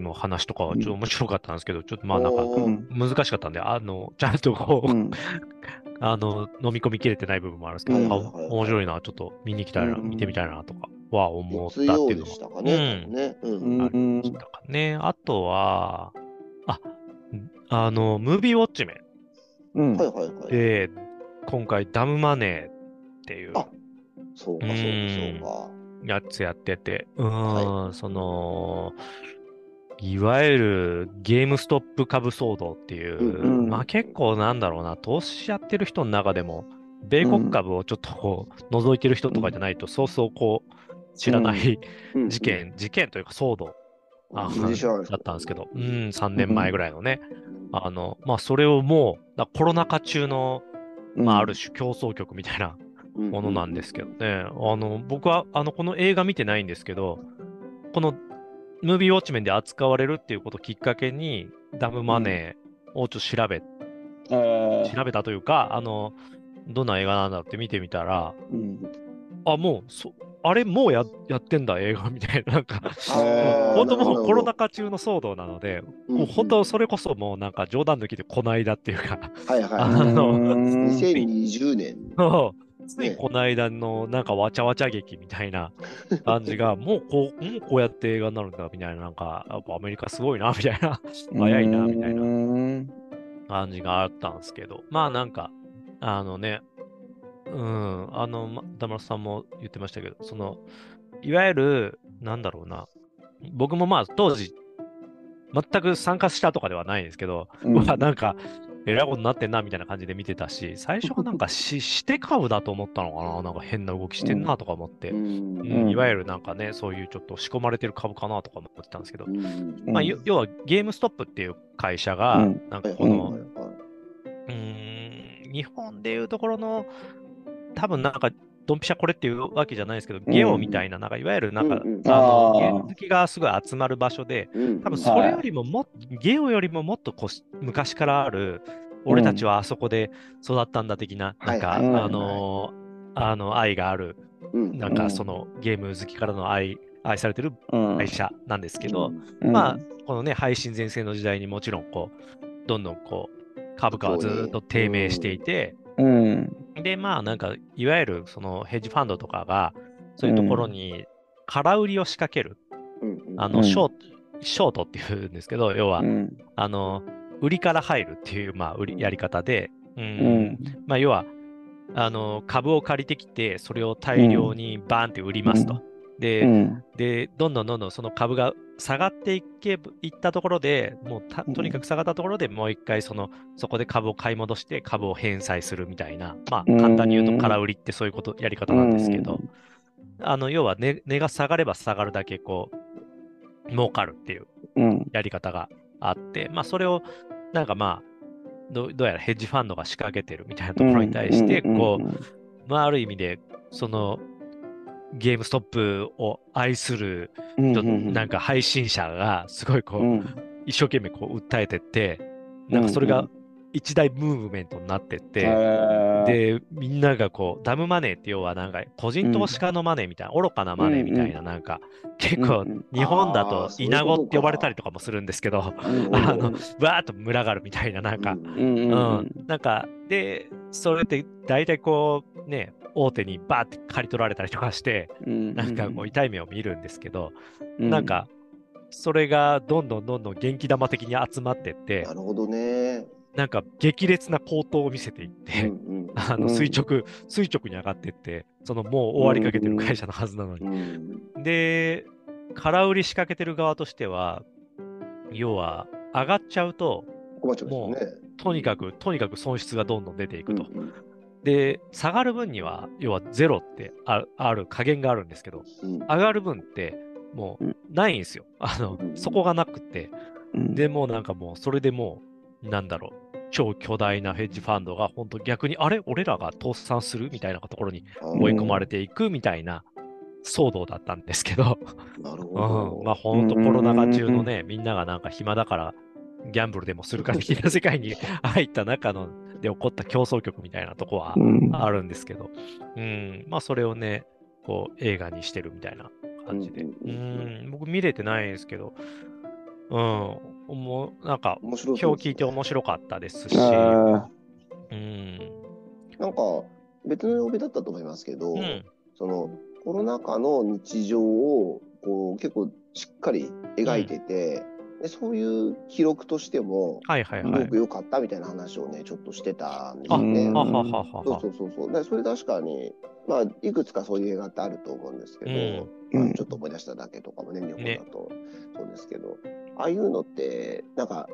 Speaker 3: の話とかはちょっと面白かったんですけど、ちょっとまあなんか
Speaker 1: おー
Speaker 2: うん
Speaker 3: 難しかったんで、あの、ちゃんとこう、
Speaker 2: うん
Speaker 3: あの、飲み込みきれてない部分もあるんですけど、
Speaker 2: うん
Speaker 3: あ
Speaker 1: はいはいはい
Speaker 3: 面白いな、ちょっと見に行きたいな、
Speaker 2: うん
Speaker 3: 見てみたいなとかは思ったって
Speaker 1: 月曜
Speaker 3: いう
Speaker 1: で
Speaker 3: の
Speaker 1: した
Speaker 3: が
Speaker 1: かね。ねう
Speaker 2: うんん
Speaker 3: ありましたかね。あとは、あ、あの、ムービーウォッチメ
Speaker 2: うん
Speaker 1: はいはいはい。
Speaker 3: ンで、今回ダムマネーっていう
Speaker 1: あそうかそううか
Speaker 3: ん
Speaker 1: そうか。
Speaker 3: やつやってて、うーん、
Speaker 1: は
Speaker 3: その、いわゆるゲームストップ株騒動っていう、
Speaker 1: うん
Speaker 2: うん
Speaker 3: まあ結構なんだろうな、投資やってる人の中でも、米国株をちょっとこう、覗いてる人とかじゃないと、そうそうこう、知らない、
Speaker 2: うん
Speaker 3: 事件、事件というか騒動あ
Speaker 1: 全然知らない
Speaker 3: だったんですけど、うん、3年前ぐらいのね、
Speaker 1: うん
Speaker 3: あの、まあそれをもう、だコロナ禍中の、
Speaker 2: うん
Speaker 3: まあある種競争局みたいなものなんですけどね、あの僕はあのこの映画見てないんですけど、このムービーウォッチメンで扱われるっていうことをきっかけに、ダムマネーをちょっと調べ、
Speaker 2: えー
Speaker 3: 調べたというか、あのどんな映画なんだって見てみたら、
Speaker 2: うん
Speaker 3: あ、もうそ、あれ、もうややってんだ、映画みたいな、なんか、
Speaker 1: あー
Speaker 3: 本当
Speaker 1: なるほ
Speaker 3: も
Speaker 1: ど
Speaker 3: うコロナ禍中の騒動なので、
Speaker 1: うん
Speaker 3: もう本当、それこそもうなんか冗談抜きでこないだっていうか、
Speaker 1: はいはい
Speaker 3: あ
Speaker 1: はい。
Speaker 3: の
Speaker 2: うん
Speaker 1: 2020年。
Speaker 3: そうついこの間のなんかわちゃわちゃ劇みたいな感
Speaker 1: [laughs]
Speaker 3: じが、もうこう、もうこうやって映画になるんだみたいな、なんか、やっぱアメリカすごいなみたいな [laughs] 早いなみたいな
Speaker 2: うん
Speaker 3: 感じがあったんですけど、まあなんか、あのね、うん、あの、ま田村さんも言ってましたけど、その、いわゆる、なんだろうな、僕もまあ当時、全く参加したとかではないんですけど、
Speaker 2: うん
Speaker 3: うわなんか、えらいことになってんなみたいな感じで見てたし、最初はなんかしして株だと思ったのかな、なんか変な動きしてんなとか思って、
Speaker 1: うん
Speaker 3: うん
Speaker 2: うん
Speaker 3: いわゆるなんかね、そういうちょっと仕込まれてる株かなとか思ってたんですけど、
Speaker 1: うん
Speaker 3: まあ、
Speaker 2: うん
Speaker 3: よ要はゲームストップっていう会社が
Speaker 2: うん、
Speaker 3: なんかこの、
Speaker 1: はいはいはいう
Speaker 3: ーん日本でいうところの、多分なんか、ドンピシャこれっていうわけじゃないですけど、ゲオみたいな、なんかいわゆるなんか、
Speaker 1: うんうん
Speaker 3: あの
Speaker 2: あー
Speaker 3: ゲーム好きがすごい集まる場所で、
Speaker 1: うん
Speaker 3: 多分それよりももっ、ゲオよりももっとこし昔からある、俺たちはあそこで育ったんだ的な、
Speaker 1: うん
Speaker 3: なんか、
Speaker 1: はい
Speaker 2: は
Speaker 3: あ
Speaker 2: いはいはい
Speaker 3: のーあの愛がある、
Speaker 1: うん
Speaker 3: なんかそのゲーム好きからの愛、愛されてる
Speaker 2: うん
Speaker 3: 会社なんですけど、
Speaker 2: うん
Speaker 3: まあ、このね、配信全盛の時代にもちろん、こう、どんどんこう、株価はずーっと低迷していて、
Speaker 2: うん
Speaker 3: で、まあなんか、いわゆるそのヘッジファンドとかが、そういうところに空売りを仕掛ける。
Speaker 1: うんうん
Speaker 3: あ
Speaker 2: う
Speaker 3: の、
Speaker 2: ん
Speaker 3: ショート、ショートっていうんですけど、要は、
Speaker 2: うん
Speaker 3: あの、売りから入るっていう、まあ、売りやり方で、うん
Speaker 2: うん
Speaker 3: まあ、要は、あの、株を借りてきて、それを大量にバーンって売りますと。で、
Speaker 2: うん
Speaker 3: で、どんどんどんどんその株が下がっていけばいったところで、もうた
Speaker 2: うん
Speaker 3: とにかく下がったところでもう一回その、そこで株を買い戻して株を返済するみたいな、まあ、
Speaker 2: うん
Speaker 3: 簡単に言うと空売りってそういうこと、やり方なんですけど、あの、要は値値が下がれば下がるだけこう、儲かるっていう
Speaker 2: うん
Speaker 3: やり方があって、まあ、それをなんかまあど、どうやらヘッジファンドが仕掛けてるみたいなところに対して、こう、まあ、ある意味で、その、ゲームストップを愛する
Speaker 2: うんうん
Speaker 3: と
Speaker 2: うん
Speaker 3: なんか配信者がすごいこう、
Speaker 2: うん
Speaker 3: 一生懸命こう訴えてってなんかそれ
Speaker 2: うんう
Speaker 3: が一大ムーブメントになってって、
Speaker 2: へ
Speaker 3: でみんながこうダムマネーって要はなんか個人投資家のマネーみたいな、愚かなマネーみたいななんか、結構
Speaker 2: うんうん
Speaker 3: 日本だ
Speaker 1: あー
Speaker 3: と
Speaker 1: そうい
Speaker 3: イ
Speaker 1: うこと
Speaker 3: ナゴって呼ばれたりとかもするんですけどわ
Speaker 1: あの
Speaker 2: ー
Speaker 3: あのーっと群がるみたいななんか、
Speaker 2: う
Speaker 1: うん
Speaker 2: んう
Speaker 3: うんん
Speaker 2: うん
Speaker 3: なんかでそれって大体こうね大手にバーって刈り取られたりとかして
Speaker 2: うん
Speaker 3: なんかこう痛い目を見るんですけど、
Speaker 2: う
Speaker 3: なんか、それがどんどんどんどん元気玉的に集まってって
Speaker 1: な、るほどね。
Speaker 3: なんか激烈な高騰を見せていっ
Speaker 1: うん
Speaker 3: て、
Speaker 1: うん
Speaker 3: あ
Speaker 2: うん
Speaker 3: の垂直、垂直に上がってって、そのもう終わりかけてる会社のはずなのに。
Speaker 1: うん
Speaker 3: で、空売り仕掛けてる側としては、要は上がっちゃうと、
Speaker 1: 困っちゃいますよね。
Speaker 3: とにかく、とにかく損失がどんどん出ていくと。
Speaker 1: うんうん
Speaker 3: で、下がる分には、要はゼロってあある、加減があるんですけど、
Speaker 1: うん
Speaker 3: 上がる分ってもうないんですよ。あの
Speaker 1: う、ん
Speaker 3: そこがなくて。
Speaker 2: うん
Speaker 3: でもうなんかもうそれでもうなんだろう超巨大なヘッジファンドが本当逆にあれ俺らが倒産するみたいなところに
Speaker 1: あー
Speaker 3: 追い込まれていくみたいな騒動だったんですけど、
Speaker 1: なるほ
Speaker 3: うん
Speaker 1: ど。
Speaker 3: まあ本当コロナ禍中のねみんながなんか暇だからギャンブルでもするか的な世
Speaker 1: [laughs]
Speaker 3: 界に入った中ので起こった競争局みたいなとこは
Speaker 2: うん
Speaker 3: あるんですけど、うん、まあそれをねこう映画にしてるみたいな感じで、
Speaker 1: うんうんうんうん
Speaker 3: うん僕見れてないですけど、うん、もうなんか
Speaker 1: 面白
Speaker 3: 今
Speaker 1: そうですね
Speaker 3: 日聞いて面白かったですし、
Speaker 2: あ
Speaker 3: うん、
Speaker 1: なんか別の曜日だったと思いますけど、
Speaker 3: うん、
Speaker 1: そのコロナ禍の日常をこう結構しっかり描いてて、でそういう記録としても
Speaker 3: はいはい
Speaker 1: す
Speaker 3: は
Speaker 1: ご
Speaker 3: い
Speaker 1: く。良かったみたいな話をねちょっとしてたんです
Speaker 3: あ、
Speaker 1: よ
Speaker 3: は
Speaker 1: ね。
Speaker 3: はははは
Speaker 1: そうそうそうそう。でそれ確かに、まあ、いくつかそういう映画ってあると思うんですけど、
Speaker 2: うん
Speaker 1: まあ
Speaker 2: うん
Speaker 1: ちょっと思い出しただけとかもね、日本
Speaker 3: ね
Speaker 1: だとそうですけど、ああいうのって、なんか、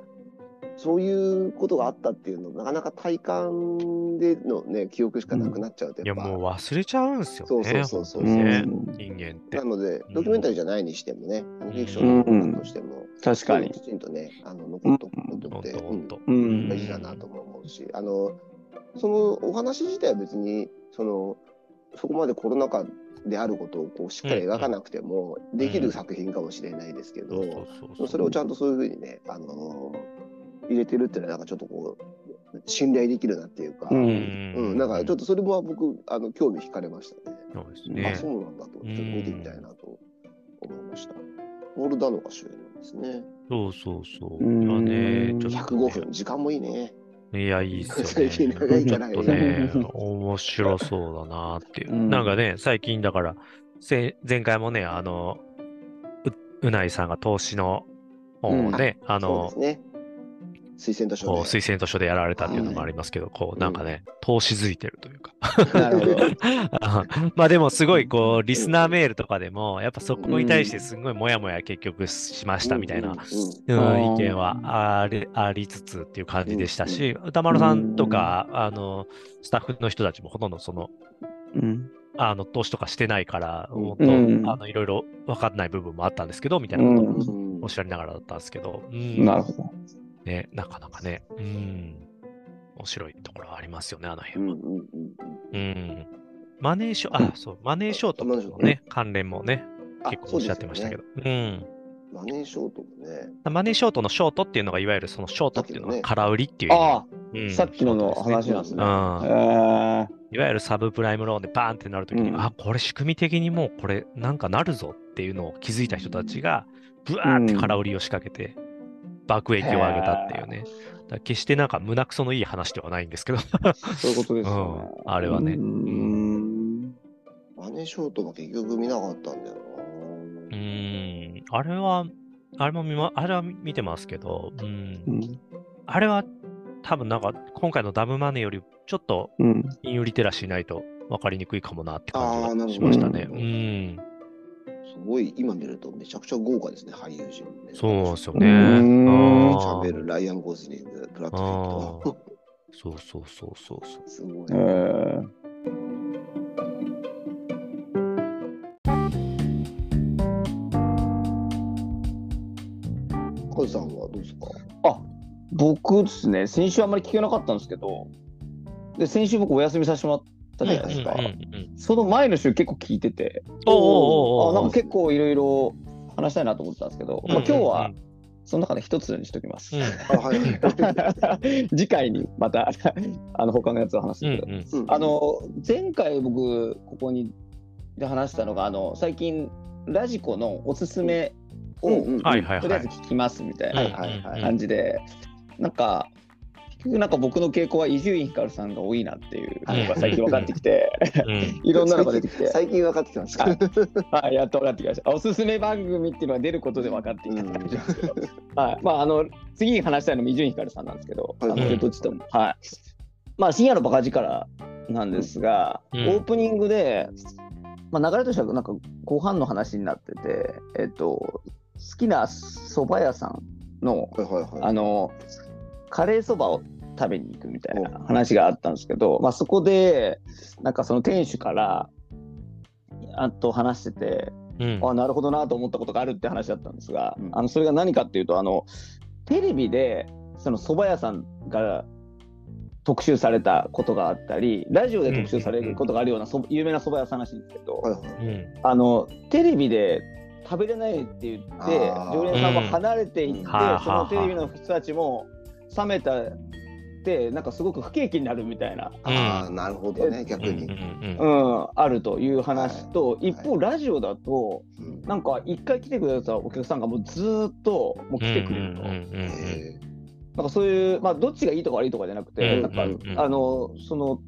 Speaker 1: そういうことがあったっていうの、なかなか体感でのね、記憶しかなくなっちゃうと
Speaker 3: い
Speaker 1: や
Speaker 3: や
Speaker 1: っぱ、
Speaker 3: もう忘れちゃうんですよね。
Speaker 1: そうそうそうそう
Speaker 3: 本当にね
Speaker 2: うん
Speaker 3: 人間って
Speaker 1: な。ので、
Speaker 3: ん
Speaker 1: ドキュメンタリーじゃないにしてもね、あのフィクションのとしても、
Speaker 2: 確かに
Speaker 1: き。ちんとね、あの残っとくこと
Speaker 3: 本
Speaker 1: って、
Speaker 3: 当
Speaker 1: うん
Speaker 3: 本当。
Speaker 2: うん
Speaker 3: うん
Speaker 1: 大事だなとも思うし、あのそのお話自体は別にそのそこまでコロナ禍であることをこうしっかり描かなくてもできる作品かもしれないですけど、
Speaker 3: そうそう
Speaker 1: それをちゃんとそういうふうにね、あの入れてるっていうのはなんかちょっとこう信頼できるなっていうか、
Speaker 2: う
Speaker 1: うん
Speaker 2: ん
Speaker 1: なんかちょっとそれも僕あの興味惹かれましたね。
Speaker 3: そうです
Speaker 1: あ
Speaker 3: ね
Speaker 1: そ。うなんだとちょっと見てみたいなと思いました。ポール・ダノが主演なんですね。
Speaker 3: そうそうそう。
Speaker 2: うん
Speaker 3: 今ね、ちょっとね
Speaker 1: 105分、時間もいいね。
Speaker 3: いや、いいっす
Speaker 1: [laughs]
Speaker 3: よね。
Speaker 1: 最近長いから
Speaker 3: ちょっとね、面白そうだなっていう。
Speaker 2: うん
Speaker 3: なんかね、最近だから、せ前回もね、あの、ううないさんが投資の本をね、あの
Speaker 1: そ、うですね。推薦図書
Speaker 3: こう
Speaker 1: ね。
Speaker 3: 推薦図書でやられたっていうのもありますけど、こうなんかね、投資づいてるというか。
Speaker 2: なるほど。
Speaker 3: [laughs] まあでもすごいこう、リスナーメールとかでも、やっぱそこに対してすごいモヤモヤ結局しましたみたいな
Speaker 1: うんうん
Speaker 3: うん
Speaker 2: あー
Speaker 3: 意見はありありつつっていう感じでしたし、歌丸さんとか、あのスタッフの人たちもほとんどその
Speaker 2: うん
Speaker 3: あの投資とかしてないから、
Speaker 1: うん
Speaker 3: もっと、
Speaker 2: うん
Speaker 3: あのいろいろ分かんない部分もあったんですけどみたいな
Speaker 2: う
Speaker 3: ことを
Speaker 2: ん。
Speaker 1: うん
Speaker 3: おっしゃりながらだったんですけど、うん
Speaker 2: なるほど。
Speaker 3: ね、なかなかね、うん、面白いところはありますよね、あの
Speaker 1: うん
Speaker 3: 辺
Speaker 1: う
Speaker 3: は。
Speaker 1: んうん
Speaker 3: うん、マネーショ
Speaker 2: う
Speaker 3: ー、
Speaker 2: ん
Speaker 3: あ、そう、マネーショーとか
Speaker 1: マネーショ
Speaker 3: の
Speaker 1: ーね
Speaker 3: ね、関連もね、
Speaker 1: あ
Speaker 3: 結構おっしゃってましたけど、う
Speaker 1: そう
Speaker 3: ん。
Speaker 1: ですよねマネーショートもね。
Speaker 3: マネーショートのショートっていうのが、いわゆるそのショートっていうの
Speaker 1: さっきのね
Speaker 3: が空売りっていう意味
Speaker 2: あ
Speaker 3: うん
Speaker 2: あ、さっきのの話なんですね。
Speaker 3: うん
Speaker 2: え
Speaker 3: いわゆるサブプライムローンでバーンってなるときに、
Speaker 2: うん
Speaker 3: あ、これ仕組み的にもうこれなんかなるぞっていうのを気づいた人たちが、ブワーって空売りを仕掛けて、爆益を上げたっていうね。だから決してなんか胸くそのいい話ではないんですけど、
Speaker 2: そういうことですよね。
Speaker 3: うんあれはね
Speaker 2: うん。
Speaker 1: マネショートも結局見なかったんだよ
Speaker 3: う
Speaker 1: な。
Speaker 3: ん、あれは、あれも見ま、あれは見てますけど、うん
Speaker 2: う、ん。
Speaker 3: あれは多分なんか今回のダブマネーよりちょっと
Speaker 2: うん。
Speaker 3: 金融リテラシーないと分かりにくいかもなって
Speaker 1: あー
Speaker 3: 感
Speaker 1: なる
Speaker 3: じ
Speaker 1: ほ
Speaker 3: が
Speaker 1: ど
Speaker 3: しましたね。
Speaker 1: う
Speaker 3: うんん、
Speaker 1: すごい、今見るとめちゃくちゃ豪華ですね、俳優陣もね。
Speaker 3: そうなんですよ
Speaker 2: う
Speaker 3: ね。
Speaker 2: ん
Speaker 3: あ
Speaker 1: シャ
Speaker 3: ー
Speaker 1: ベル、ライアン・ゴズリング、ブラッド・ピット。
Speaker 3: そうそうそうそうそう。
Speaker 1: すごい。
Speaker 2: えー
Speaker 1: カズさんはどうですか
Speaker 2: 僕ですね、先週あんまり聞けなかったんですけど、で先週僕お休みさせてもらったじゃないですか。
Speaker 3: うんうんうん
Speaker 2: その前の週結構聞いてて、
Speaker 3: おうおうおうおう
Speaker 2: あなんか結構いろいろ話したいなと思ってたんですけど、まあ、今日はその中で一つにしときます。
Speaker 3: うんうん
Speaker 1: あ、はい。
Speaker 3: [laughs]
Speaker 2: [laughs] 次回にまた [laughs] あの他のやつを話す
Speaker 3: うんん
Speaker 2: ですけど、
Speaker 3: うん
Speaker 2: あ、の前回僕ここにで話したのがあの最近ラジコのおすすめを、
Speaker 1: うんうん。
Speaker 3: はいはい
Speaker 2: とり
Speaker 3: は
Speaker 2: あえず
Speaker 3: い。
Speaker 2: 聞きますみたい
Speaker 1: は
Speaker 2: ない
Speaker 1: はいはい
Speaker 2: 感じで、なんか結局なんか僕の傾向は伊集院光さんが多いなっていうのが最近分かって
Speaker 1: [laughs]
Speaker 2: きて、
Speaker 3: うん
Speaker 2: いろんなのが出てきて。
Speaker 1: 最近分かってきました。
Speaker 2: はいはい、やっと分かってきました。おすすめ番組っていうのが出ることで分かってきたって感じなんですけど、はい、まあ、あの、次に話したいのも伊集院光さんなんですけど、あの
Speaker 3: うん
Speaker 2: どっちとも、はい。まあ、深夜のバカ力なんですが、
Speaker 3: うん
Speaker 2: オープニングで、まあ、流れとしては、なんか、ご飯の話になってて、えっと、好きな蕎麦屋さんの、
Speaker 1: はいはいは
Speaker 2: あ
Speaker 1: い。
Speaker 2: の、カレーそばを食べに行くみたいな話があったんですけど、まあ、そこで、なんかその店主から、あと話してて、
Speaker 3: うん
Speaker 2: あなるほどなと思ったことがあるって話だったんですが、
Speaker 1: うん
Speaker 2: あのそれが何かっていうとあのテレビでその蕎麦屋さんが特集されたことがあったりラジオで特集されることがあるような、そ有名な蕎麦屋さんらしいんですけど、
Speaker 1: はいはい。
Speaker 3: うん
Speaker 2: あのテレビで食べれないって言って
Speaker 1: あー
Speaker 2: 常連さんも離れていって、
Speaker 1: うん
Speaker 3: はあ
Speaker 2: そのテレビの人たちも冷めたってなんかすごく不景気になるみたいな
Speaker 1: ああ、なるほどね、逆
Speaker 3: うん
Speaker 1: に。
Speaker 3: うん
Speaker 2: うん、あるという話と、
Speaker 1: い
Speaker 2: 一方、ラジオだと
Speaker 1: うん
Speaker 2: なんか一回来てくれたお客さんがもうずーっともう来てくれると、
Speaker 3: うんうんうんうん
Speaker 1: えー
Speaker 2: なんかそういう、まあ、どっちがいいとか悪いとかじゃなくて、
Speaker 3: うん
Speaker 2: なんか、
Speaker 1: うん
Speaker 3: うん
Speaker 2: あのその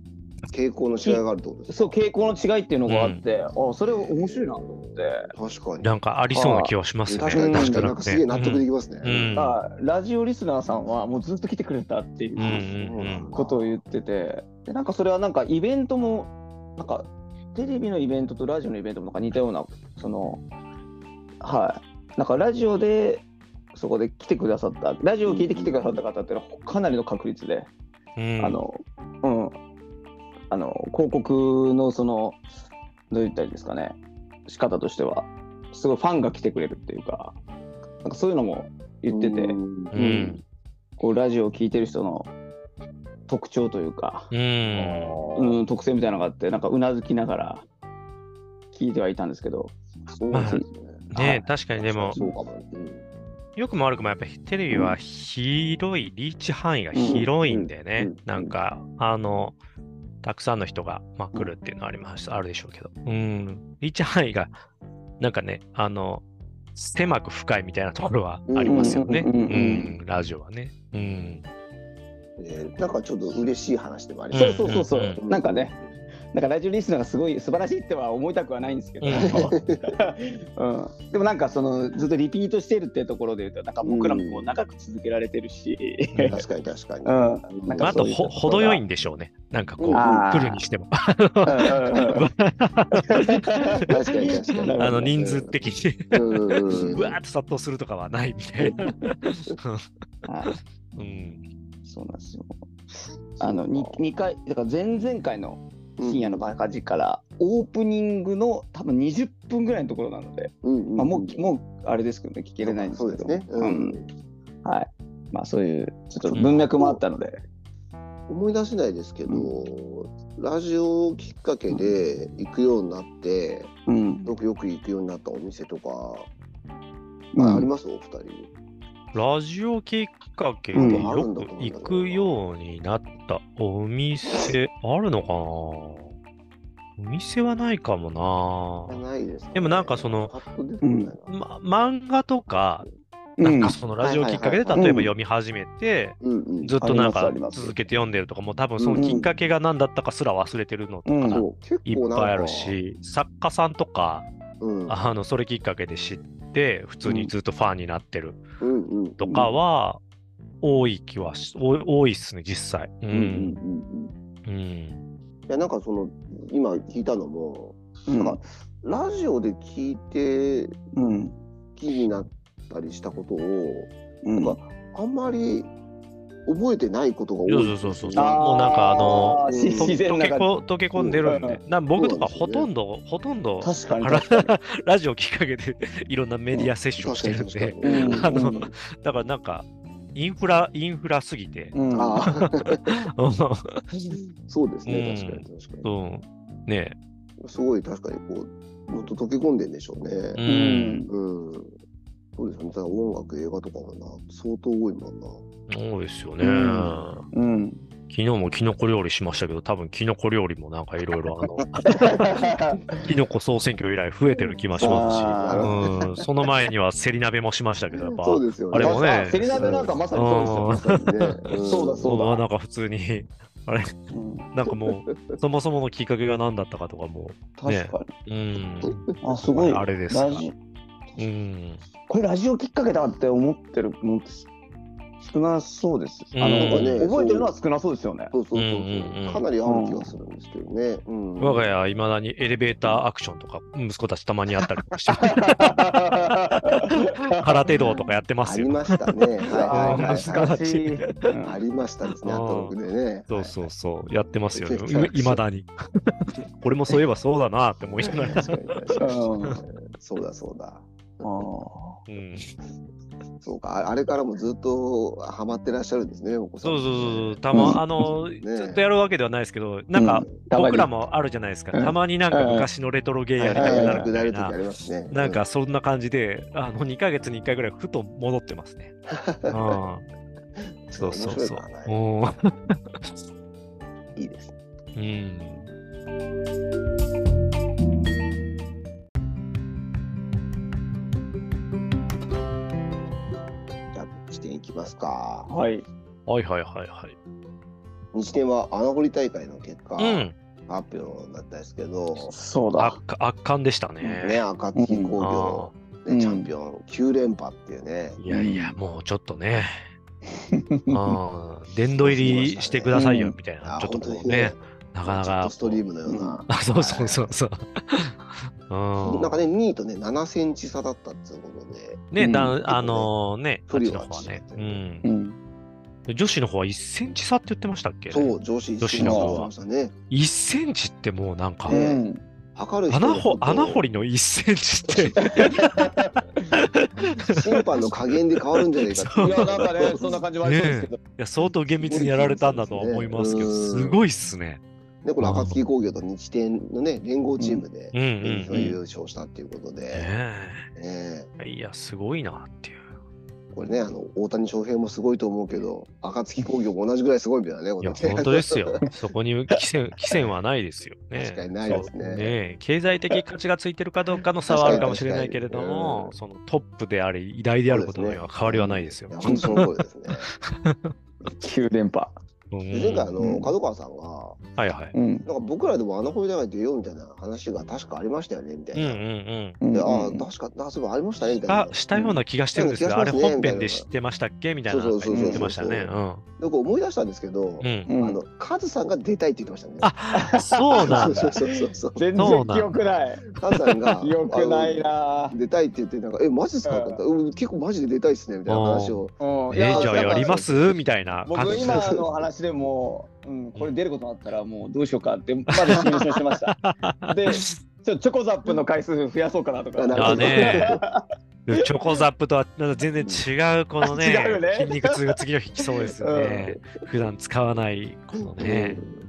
Speaker 1: 傾向の違いがあるってことです
Speaker 2: そう傾向の違いっていうのがあって、あそれ面白いなと思って、
Speaker 1: 確かに。
Speaker 3: なんかありそうな気はしますね。
Speaker 1: 確かに
Speaker 2: うん
Speaker 1: 確かに、なんかすげえ納得で
Speaker 3: き
Speaker 1: きますね。
Speaker 3: うん
Speaker 2: だからラジオリスナーさんはもうずっと来てくれたっていう
Speaker 3: う
Speaker 2: うん
Speaker 3: うんうん
Speaker 2: ことを言ってて、でなんかそれはなんかイベントもなんかテレビのイベントとラジオのイベントもなんか似たようなそのはいなんかラジオでそこで来てくださったラジオを聞いて来てくださった方っていうのはかなりの確率で、
Speaker 3: うん
Speaker 2: あのうんあの広告のそのどう言ったらいいですかね仕方としてはすごいファンが来てくれるっていうかなんかそういうのも言ってて。
Speaker 1: うん
Speaker 3: う
Speaker 2: うんん。こうラジオを聴いてる人の特徴というか、
Speaker 3: うん。
Speaker 2: うん、特性みたいなのがあってなんかうなずきながら聞いてはいたんですけど、
Speaker 1: そうですね。
Speaker 2: は
Speaker 3: ね
Speaker 2: い
Speaker 3: 確かにでも、
Speaker 1: そうかも。うん
Speaker 3: よくも悪くもやっぱりテレビは広い、リーチ範囲が広いんで
Speaker 1: うん
Speaker 3: ね
Speaker 1: うんうん、
Speaker 3: なんか、あの、たくさんの人が、まあ、来るっていうのはあります、あるでしょうけど、うん、リーチ範囲が、なんかね、あの、狭く深いみたいなところはありますよね、
Speaker 2: う
Speaker 3: うんん
Speaker 2: うんうんうん
Speaker 3: ラジオはね。うん、
Speaker 1: えーなんかちょっと嬉しい話でもありま
Speaker 2: そ
Speaker 1: す
Speaker 2: う
Speaker 1: ね
Speaker 2: そうそうそう、
Speaker 3: うん
Speaker 1: うん
Speaker 2: なんかねなんかラジオリスナーがすごい素晴らしいっては思いたくはないんですけど、
Speaker 3: う
Speaker 1: [laughs]
Speaker 2: うんでもなんかそのずっとリピートしてるってところで言うとなんか僕らもこ
Speaker 1: う
Speaker 2: うん長く続けられてるし、
Speaker 3: うん
Speaker 1: 確かに確かに。
Speaker 2: うんなん
Speaker 3: まあ、
Speaker 2: か
Speaker 3: あ
Speaker 2: そ
Speaker 3: と
Speaker 2: ういうとこ
Speaker 3: ほ、
Speaker 2: ろが
Speaker 3: 程よいんでしょうね、なんかこう、
Speaker 1: うん
Speaker 2: あー
Speaker 3: 来るにしても。
Speaker 1: 確かに確か [laughs] に。
Speaker 3: あの人数的に、
Speaker 1: うんうんうん
Speaker 3: うわーっと殺到するとかはないみたいな。
Speaker 2: はい
Speaker 3: うん、
Speaker 2: そうなんですよ。あのに二回だから前々回の深夜のバカ力から、オープニングの多分20分ぐらいのところなので、
Speaker 1: うんうんうん
Speaker 2: まあ、もうもうあれですけどね聞けれないんです
Speaker 1: そう
Speaker 2: け
Speaker 1: ですね。う
Speaker 2: どうんんはいまあそういうちょっと文脈もあったので、
Speaker 1: 思い出せないですけど、ラジオをきっかけで行くようになって、
Speaker 2: うん
Speaker 1: 僕よく行くようになったお店とか、
Speaker 2: う
Speaker 1: ああり
Speaker 2: ん
Speaker 1: ますお二人。
Speaker 3: ラジオきっかけで
Speaker 2: うん
Speaker 3: よく行くようになったお店、あるのかなお店はないかも
Speaker 1: あ
Speaker 3: な
Speaker 1: ないです、ね。
Speaker 3: でもなんかその
Speaker 1: パッと出てこないな、
Speaker 3: ま、漫画とかなんかそのラジオ
Speaker 1: はい
Speaker 3: き
Speaker 1: はい
Speaker 3: っ
Speaker 1: はい
Speaker 3: かけで、例えば読み始めて、
Speaker 1: うんうん。
Speaker 3: ずっとなん
Speaker 2: あ
Speaker 3: か
Speaker 2: りますあります
Speaker 3: 続けて読んでるとか、もう多分そのきっかけが何だったかすら忘れてるのと
Speaker 2: うん
Speaker 3: か
Speaker 1: そう結
Speaker 3: い
Speaker 1: 構
Speaker 3: っ
Speaker 1: なん
Speaker 3: ぱ
Speaker 1: か
Speaker 3: いある。し、作家さんとか、
Speaker 1: うん。
Speaker 3: あのそれきっかけで知って、普通にずっとファンになってる
Speaker 1: うんうん。
Speaker 3: とかは、多い気はし、多い多いっすね、実際。
Speaker 2: う
Speaker 3: う。
Speaker 2: んん
Speaker 3: うん。
Speaker 1: いやなんかその今聞いたのも、
Speaker 2: うんうん
Speaker 1: なんかラジオで聞いて
Speaker 2: うん
Speaker 1: 気になったりしたことを
Speaker 2: うん
Speaker 1: なんかあんまり覚えてないことが多い。
Speaker 3: そうそうそうそう。
Speaker 2: あー
Speaker 3: もうなんかあの、
Speaker 1: うん
Speaker 2: し
Speaker 3: と
Speaker 2: 自然
Speaker 3: 溶
Speaker 2: な
Speaker 3: け
Speaker 2: 感
Speaker 3: こ溶け込んでるん
Speaker 2: うん
Speaker 3: で、な僕とか
Speaker 1: そう
Speaker 3: ほ
Speaker 1: ですね
Speaker 3: とんど、ほとんど
Speaker 2: じ確かに
Speaker 3: あら [laughs]
Speaker 2: 確かに
Speaker 3: ラジオきっかけでいろんなメディアセッションしてるんで、
Speaker 1: 確かに確
Speaker 2: う
Speaker 1: か
Speaker 2: ん
Speaker 3: あの、だからなんか、インフラ、インフラすぎて、
Speaker 2: う
Speaker 1: に
Speaker 2: ん
Speaker 3: [laughs]
Speaker 1: ああ
Speaker 3: う
Speaker 1: そうですね
Speaker 3: う
Speaker 1: 確
Speaker 3: ん
Speaker 1: かに確かに。
Speaker 3: ん、ね
Speaker 1: すごい確かにこうもっと溶け込んでんでしょう
Speaker 3: え、う
Speaker 1: ね。
Speaker 3: ん、
Speaker 1: うん。そうですよね。だから音楽映画とかもな相当多いもんな。
Speaker 3: そうですよね。
Speaker 2: うん [laughs] うん
Speaker 3: 昨日もキノコ料理しましたけど、多分キノコ料理もなんかいろいろあの、キノコ総選挙以来増えてる気がしま
Speaker 2: あ
Speaker 3: すし、
Speaker 1: ー
Speaker 3: うん、その前にはセリ鍋もしましたけど、やっぱ、
Speaker 1: そうですよね。
Speaker 3: あれもね
Speaker 2: セリ鍋なんかまさにそうですよ
Speaker 1: 確かにね。ん
Speaker 2: そうだそうだ
Speaker 3: まあなんか普通に、あれ、
Speaker 2: うん
Speaker 3: なんかもう、そもそものきっかけが何だったかとかも、
Speaker 2: 確か
Speaker 3: うん、
Speaker 2: にあすごい
Speaker 3: あれですが
Speaker 2: ラジ
Speaker 3: うん、
Speaker 2: これラジオきっかけだって思ってるもんって少なそうですあ
Speaker 3: うん
Speaker 2: の
Speaker 3: なんか
Speaker 1: ね
Speaker 2: 覚えてるのは少なそうですよね
Speaker 1: そうそうそうそう、
Speaker 3: うんうん
Speaker 1: かなりある気がするんですけどね。うん
Speaker 3: 我が家はいまだにエレベーターアクションとか、息子たちたまにやったりとかして、
Speaker 1: [laughs]
Speaker 2: [laughs]
Speaker 3: 空手道とかやってま
Speaker 1: あ
Speaker 3: す
Speaker 1: り
Speaker 3: よ。
Speaker 1: ましたね。
Speaker 3: あ
Speaker 1: はい
Speaker 3: ー
Speaker 1: はいはい
Speaker 3: 懐かしい
Speaker 2: うん
Speaker 1: ありましたですね、
Speaker 3: あ
Speaker 1: ア
Speaker 3: ー
Speaker 1: トロクでね。
Speaker 3: そうそうそう、やってますよね
Speaker 1: [laughs] めちゃくちゃ。
Speaker 3: いまだに。これもそういえばそうだなって思いながら。
Speaker 1: 確かに確かに
Speaker 2: うん
Speaker 1: そうだそうだ。
Speaker 2: あー
Speaker 3: うん
Speaker 1: そうか、ああれからもずっとハマってらっしゃるんですね、お子さん
Speaker 3: そ
Speaker 1: もね。
Speaker 3: うそうそうそう、た
Speaker 2: うん
Speaker 3: ま、あの、ず
Speaker 1: ね
Speaker 3: っとやるわけではないですけど、 [laughs] なんか、
Speaker 2: たまに
Speaker 3: 僕らもあるじゃないですか。
Speaker 2: うん
Speaker 3: たまになんか昔のレトロゲーやりた
Speaker 1: は
Speaker 3: く
Speaker 1: い
Speaker 3: な
Speaker 1: はい
Speaker 3: る
Speaker 1: く
Speaker 3: み
Speaker 1: だ
Speaker 3: た
Speaker 1: る
Speaker 3: い
Speaker 1: 時あ
Speaker 3: な。
Speaker 1: りますね。
Speaker 3: なんかそんな感じで、あの2ヶ月に1回ぐらいふと戻ってま
Speaker 1: [laughs]
Speaker 3: すね。
Speaker 1: う
Speaker 3: あ
Speaker 1: ん、
Speaker 3: そうそう
Speaker 1: 面
Speaker 3: そ
Speaker 1: 白
Speaker 3: う
Speaker 1: いな。
Speaker 3: おー
Speaker 1: いいですね。
Speaker 3: うん
Speaker 1: じゃあ、視点いきますか。
Speaker 2: はい
Speaker 3: はいはいはいはい。
Speaker 1: 日展は穴掘り大会の結果、
Speaker 3: うん、
Speaker 1: 発表だったんですけど、
Speaker 2: そうだ
Speaker 3: 圧巻圧巻でしたね。
Speaker 1: ね、赤月工
Speaker 3: あ
Speaker 1: 業、
Speaker 2: うん
Speaker 1: ね、チャンピオン9連覇っていうね。
Speaker 3: ーいやいや、もうちょっと
Speaker 1: [laughs]
Speaker 3: ね、うん、殿堂入りしてくださいよみたいな、
Speaker 1: あ
Speaker 3: ちょっと
Speaker 1: 本当
Speaker 3: こ
Speaker 1: に
Speaker 3: うね、なかな
Speaker 1: チャッ
Speaker 3: か
Speaker 1: ト。ストリームのような。
Speaker 3: あ、そうそうそうそう。う
Speaker 1: なんかね、2位とね、7センチ差だったっていうことで、
Speaker 3: ね、
Speaker 2: うん
Speaker 3: だ
Speaker 1: 結構ね
Speaker 3: あのね、
Speaker 1: 不
Speaker 3: 女
Speaker 1: 利
Speaker 3: 子
Speaker 1: は
Speaker 3: の方はね、
Speaker 1: ちょっ
Speaker 3: う
Speaker 1: とね
Speaker 3: ん
Speaker 2: う、ん
Speaker 3: 女子の方は1センチ差って言ってましたっけ
Speaker 1: そう、上司
Speaker 3: 女子の
Speaker 2: 方は
Speaker 1: ましたね。
Speaker 3: 1センチってもうなんか
Speaker 2: う、
Speaker 1: ね
Speaker 2: ん
Speaker 1: 測る人
Speaker 3: 穴
Speaker 1: の
Speaker 3: 掘
Speaker 1: こと
Speaker 3: 穴掘りの1セ
Speaker 1: [laughs]
Speaker 3: ンチって、
Speaker 1: 審判の加減で変わるんじゃないかって
Speaker 3: [laughs] そう
Speaker 2: いやなんか
Speaker 1: [laughs]
Speaker 2: ねそんな感じもありそうですけ [laughs] ど
Speaker 3: いや相当厳密にやられたんだとは思いますけど、
Speaker 1: うん
Speaker 3: すごいっすね。
Speaker 1: ね、この赤月工業と日展のね、連合チームで
Speaker 3: うん
Speaker 1: 連
Speaker 3: うん、う
Speaker 1: 勝
Speaker 3: ん。
Speaker 1: 優勝したっていうことで、
Speaker 3: ね
Speaker 1: ね
Speaker 3: えいや、すごいなっていう。
Speaker 1: これね、あの、大谷翔平もすごいと思うけど、赤月工業も同じぐらいすごいみたいなね、こ
Speaker 3: いや、
Speaker 1: れ
Speaker 3: 本
Speaker 1: [laughs]
Speaker 3: 当ですよ。そこに寄せ寄せはないですよね。
Speaker 1: 確かにないですね
Speaker 3: そうえ経済的価値がついてるかどうかの差はあるかもしれないけれども、
Speaker 1: 確
Speaker 3: そのトップであり、偉大であることには変わりはないですよ
Speaker 1: いや。本当その通りで
Speaker 3: [laughs]
Speaker 1: すね。
Speaker 2: 9連覇
Speaker 3: うん
Speaker 1: で前回、あ
Speaker 2: う
Speaker 1: の、
Speaker 2: ん
Speaker 1: 角川さんが、
Speaker 3: はいはい。
Speaker 2: うん
Speaker 1: なんか僕らでも穴掘り大会出ようみたいな話が確かありましたよね、みたい
Speaker 3: うんう
Speaker 1: な。
Speaker 3: ん
Speaker 2: うん
Speaker 1: でああ、
Speaker 2: うん
Speaker 1: 確か、あそういえばありましたね、み
Speaker 3: うん。
Speaker 1: たい
Speaker 3: が
Speaker 1: な。
Speaker 3: したような気がしてるんですけど、
Speaker 1: うん
Speaker 3: あれ本編で知ってましたっけみたいな
Speaker 1: そうそうそう
Speaker 2: そう
Speaker 3: 言ってましたね。うん。
Speaker 1: よく思い出したんですけど、
Speaker 3: うん
Speaker 2: うん
Speaker 1: あの、カズさんが出たいって言ってましたね。
Speaker 3: あそうなん
Speaker 1: [laughs] そ
Speaker 3: だ
Speaker 1: う。そうそうそう。
Speaker 2: 全
Speaker 3: そう
Speaker 2: 然
Speaker 3: なんだ
Speaker 2: 記憶ない
Speaker 1: カズさんが
Speaker 2: 記憶ない
Speaker 1: あ
Speaker 2: な
Speaker 1: の出たいって言って、なんか、え、マジですかって言ったらうん結構マジで出たいっすね、みたいな話を。
Speaker 2: うんい
Speaker 3: え
Speaker 2: や
Speaker 3: じゃあやりますみたいな感
Speaker 2: 僕
Speaker 3: じ
Speaker 2: 今の話でも、うん、これ出ることになったらもうどうしようかってまだシミュレーションしてま
Speaker 3: [laughs]
Speaker 2: した。でちょチョコザップの回数増やそうかなとか。
Speaker 1: あなるほど
Speaker 3: あねチョコザップとはなんか全然違うこのね
Speaker 2: 違うね
Speaker 3: 筋肉痛が次の日きそうですよね、普段使わないこの
Speaker 1: [laughs]
Speaker 3: ね
Speaker 1: う、ん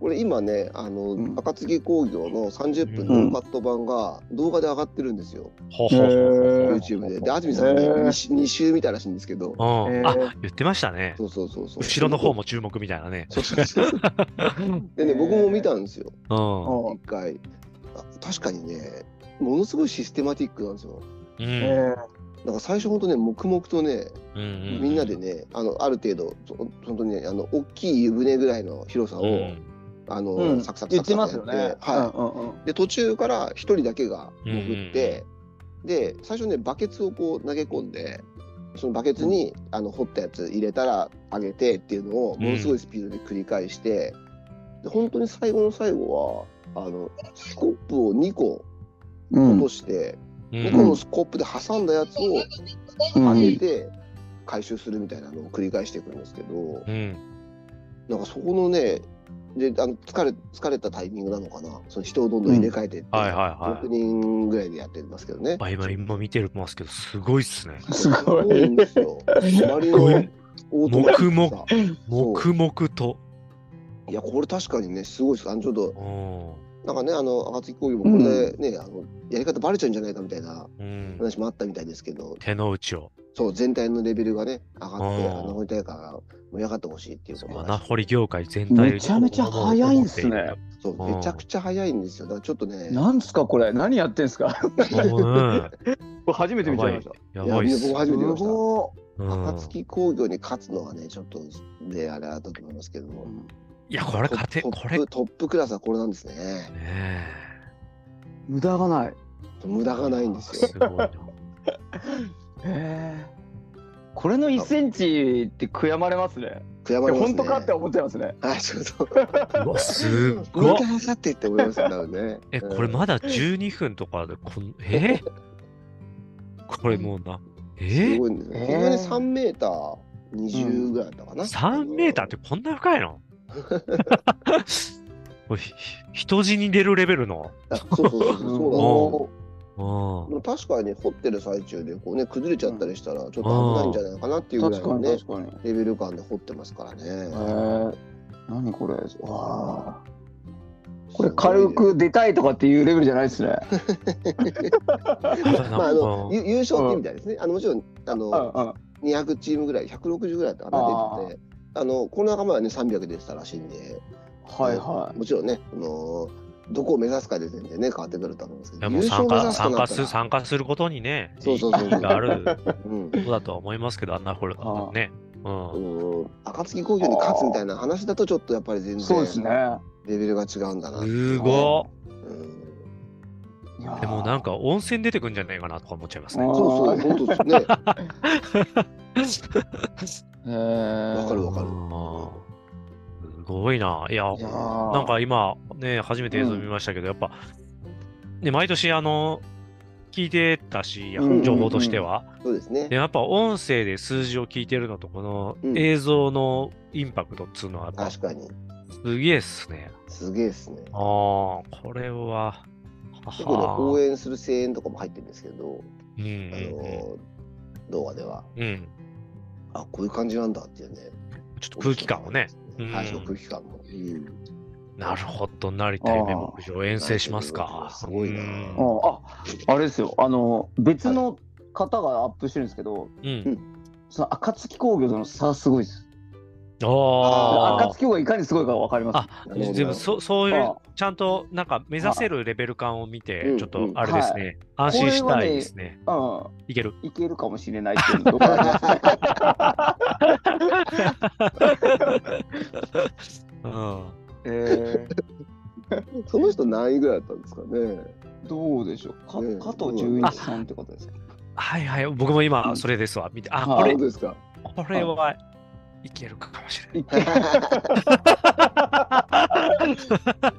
Speaker 1: これ今ね、あの、
Speaker 2: うん
Speaker 1: 赤月工業の30分
Speaker 2: うん
Speaker 1: のカット版が動画で上がってるんですよ、
Speaker 3: ほうほうほうほう
Speaker 1: YouTube で。で、安住さん
Speaker 2: へ
Speaker 1: ね、
Speaker 2: ー
Speaker 1: 二週2週見たらしいんですけど、
Speaker 3: うん
Speaker 2: えー
Speaker 3: あ言ってましたね
Speaker 1: そうそうそうそう。
Speaker 3: 後ろの方も注目みたいなね
Speaker 1: そうそうそうそう。でね、僕も見たんですよ、
Speaker 3: うんうん
Speaker 1: 一回。あ確かにね、ものすごいシステマティックなんですよ。
Speaker 3: う
Speaker 2: え
Speaker 3: ん
Speaker 2: ー
Speaker 1: なんか最初本当ね黙々とね
Speaker 3: うんうんう
Speaker 1: みんなでねあのある程度そ本当にねあの大きい湯船ぐらいの広さを、
Speaker 3: うん
Speaker 1: あの、
Speaker 2: うん
Speaker 1: サクサク
Speaker 2: 言
Speaker 1: サ
Speaker 2: っ
Speaker 1: クサ
Speaker 2: て
Speaker 1: クやっ
Speaker 2: ます
Speaker 1: て
Speaker 2: よね。
Speaker 1: はい
Speaker 2: うんうんうん
Speaker 1: で途中から一人だけが潜って、で最初ねバケツをこう投げ込んでそのバケツに、あの掘ったやつ入れたらあげてっていうのをものすごいスピードで繰り返して、で本当に最後の最後はあのスコップを2個落として、
Speaker 3: うん
Speaker 1: 2個のスコップで挟んだやつを
Speaker 2: うん
Speaker 1: あげて回収するみたいなのを繰り返していくんですけど。
Speaker 3: うん
Speaker 1: なんかそこのね、であの疲れ疲れたタイミングなのかな、その人をどんどん入れ替えてって、
Speaker 3: はいはいはい
Speaker 1: 6人ぐらいでやってますけどね。
Speaker 3: まあ今今見てますけどすごいっすね
Speaker 2: すご
Speaker 1: 多いん
Speaker 2: い。
Speaker 1: ですよ。周りのオートマチック
Speaker 3: 黙
Speaker 1: さ
Speaker 3: 々黙々と
Speaker 1: いや、これ確かにね、すごいです。あのちょっと、
Speaker 3: うん
Speaker 1: なんかね、あの、赤月工業もこれでね、あのやり方バレちゃうんじゃないかみたいな
Speaker 3: うん
Speaker 1: 話もあったみたいですけど、
Speaker 3: 手の内を
Speaker 1: そう、全体のレベルがね、上がって、
Speaker 3: うん
Speaker 1: 穴掘り大会が盛り上がってほしいっていうこと
Speaker 3: 穴
Speaker 1: が
Speaker 3: 掘り業界全体
Speaker 2: めちゃめちゃ早いんすね
Speaker 1: そう、
Speaker 3: うん
Speaker 1: めちゃくちゃ早いんですよ。だからちょっとね、
Speaker 2: なんすかこれ何やってんすか
Speaker 3: うん
Speaker 2: これ初めて見ちゃいました。
Speaker 3: や
Speaker 1: いや
Speaker 3: ばいっす
Speaker 1: 僕初めて見ました。
Speaker 2: ご
Speaker 3: うん
Speaker 1: 暁工業に勝つのはね、ちょっとね、あれだと思いますけども、
Speaker 3: いやこれ勝て
Speaker 1: ト
Speaker 3: こ
Speaker 1: ップ
Speaker 3: れね
Speaker 1: トップクラスはこれなんですね。
Speaker 3: え
Speaker 2: い無駄がない。
Speaker 1: 無駄がないんですよ。
Speaker 3: すごいな
Speaker 2: へえ。これの1センチって悔やまれますね。
Speaker 1: 悔やま
Speaker 2: いや
Speaker 1: れますね。
Speaker 2: 本当かって思っちゃいますね。
Speaker 1: はい、ちょっと。
Speaker 3: うわすっ
Speaker 1: 無
Speaker 3: ご
Speaker 1: 駄がかってって思いますよ、多分ね。
Speaker 3: え
Speaker 1: うん
Speaker 3: これまだ12分とかでこんえこれもうな
Speaker 1: す
Speaker 3: え
Speaker 1: ごいんですよ。
Speaker 2: えー
Speaker 1: これね、3メーター20ぐらいだったかな。
Speaker 3: 3メーターってこんな深
Speaker 1: [laughs]
Speaker 3: いのこれひ人死に出るレベルの
Speaker 1: あそうそうそうそう、そう
Speaker 3: う
Speaker 1: なの。確かに掘ってる最中でこうね崩れちゃったりしたらちょっと危ないんじゃないかなっていうぐらい
Speaker 2: 確か
Speaker 1: の
Speaker 2: に
Speaker 1: ね
Speaker 2: 確かに。へ
Speaker 1: レベル感で掘ってますから
Speaker 2: え
Speaker 1: ね。。
Speaker 2: 何これ。わあ。これ軽く出たいとかっていうレベルじゃないですね。
Speaker 3: ん
Speaker 1: まあ、あの
Speaker 3: うん
Speaker 1: ゆ優勝ってみたいですね。あのもちろんあの、
Speaker 2: うん
Speaker 1: 200チームぐらい160ぐらいだったかな出ててあのこの仲間はね300出てたらしいんで
Speaker 2: はいは
Speaker 1: もちろんね、あのーどこを目指すかで全然ね変わってくると思うんですけ
Speaker 3: で
Speaker 1: ど
Speaker 3: も参
Speaker 1: 優
Speaker 3: 加
Speaker 1: 勝目
Speaker 3: 参
Speaker 1: 指
Speaker 3: 加
Speaker 1: す
Speaker 3: す
Speaker 1: となった
Speaker 3: る
Speaker 1: ら
Speaker 3: 参加することにね、
Speaker 1: そうそうそうそう
Speaker 3: 意義があるこ
Speaker 1: うん
Speaker 3: とだとは思いますけど、あんなこれ
Speaker 2: ああ
Speaker 3: ね。うん。
Speaker 1: うん暁工業に勝つみたいな話だとちょっとやっぱり全
Speaker 2: い。そうです
Speaker 1: 然
Speaker 2: ね。いや
Speaker 1: レベルが違うんだな、
Speaker 3: すご
Speaker 1: うん
Speaker 2: ー
Speaker 3: いでもなんか温泉出てくんじゃないかなとか思っちゃいますね。
Speaker 1: そうそう本当ですね
Speaker 2: へえ
Speaker 1: わかるわかる
Speaker 3: うんすごいな。いや、
Speaker 2: いやー
Speaker 3: なんか今、ね、初めて映像見ましたけど、やっぱ、ね、毎年、あの、聞いてたし
Speaker 2: うんうんう、ん
Speaker 3: 情報としては。
Speaker 1: そうですね
Speaker 3: で、やっぱ音声で数字を聞いてるのと、この
Speaker 1: うん
Speaker 3: 映像のインパクトっつうのは、やっぱ
Speaker 1: 確かに
Speaker 3: すげえっすね。
Speaker 1: すげえですね
Speaker 3: ああ、これは。
Speaker 1: 結構ね
Speaker 3: はあ
Speaker 1: 応援する声援とかも入ってるんですけど、
Speaker 3: うん
Speaker 1: あのー動画では
Speaker 3: うんうんうん、
Speaker 1: あこういう感じなんだっていうね
Speaker 3: ちょっと空気感をね。うん
Speaker 1: はい、その空気感も。うん
Speaker 3: なるほど、成田夢牧場遠征しますか。
Speaker 1: すごいな
Speaker 3: うん
Speaker 2: うんああれですよあの別の方がアップしてるんですけど、
Speaker 3: うん。
Speaker 2: その暁工業との差はすごいです。
Speaker 3: あ
Speaker 2: 暁工業がいかにすごいかわかります。
Speaker 3: あ。
Speaker 1: なるほど
Speaker 3: でもそそういう
Speaker 2: あ
Speaker 3: ちゃんとなんか目指せるレベル感を見
Speaker 1: う
Speaker 3: て
Speaker 1: ん
Speaker 3: ちょっとあれですね安心したいですね
Speaker 2: う
Speaker 3: いける
Speaker 2: ん、いけるかもしれないっていうのがわかります [laughs] ね
Speaker 3: うん
Speaker 2: え
Speaker 1: その人何位ぐらいだったんですかね。
Speaker 2: ー、どうでしょうか
Speaker 1: ね
Speaker 2: 加藤純一さんってことですか。
Speaker 3: はいはい僕も今それですわ見てあ
Speaker 2: は
Speaker 3: こ
Speaker 1: あ、
Speaker 2: い
Speaker 3: れ
Speaker 1: 本当ですか。
Speaker 3: これはいけるかもしれない
Speaker 2: い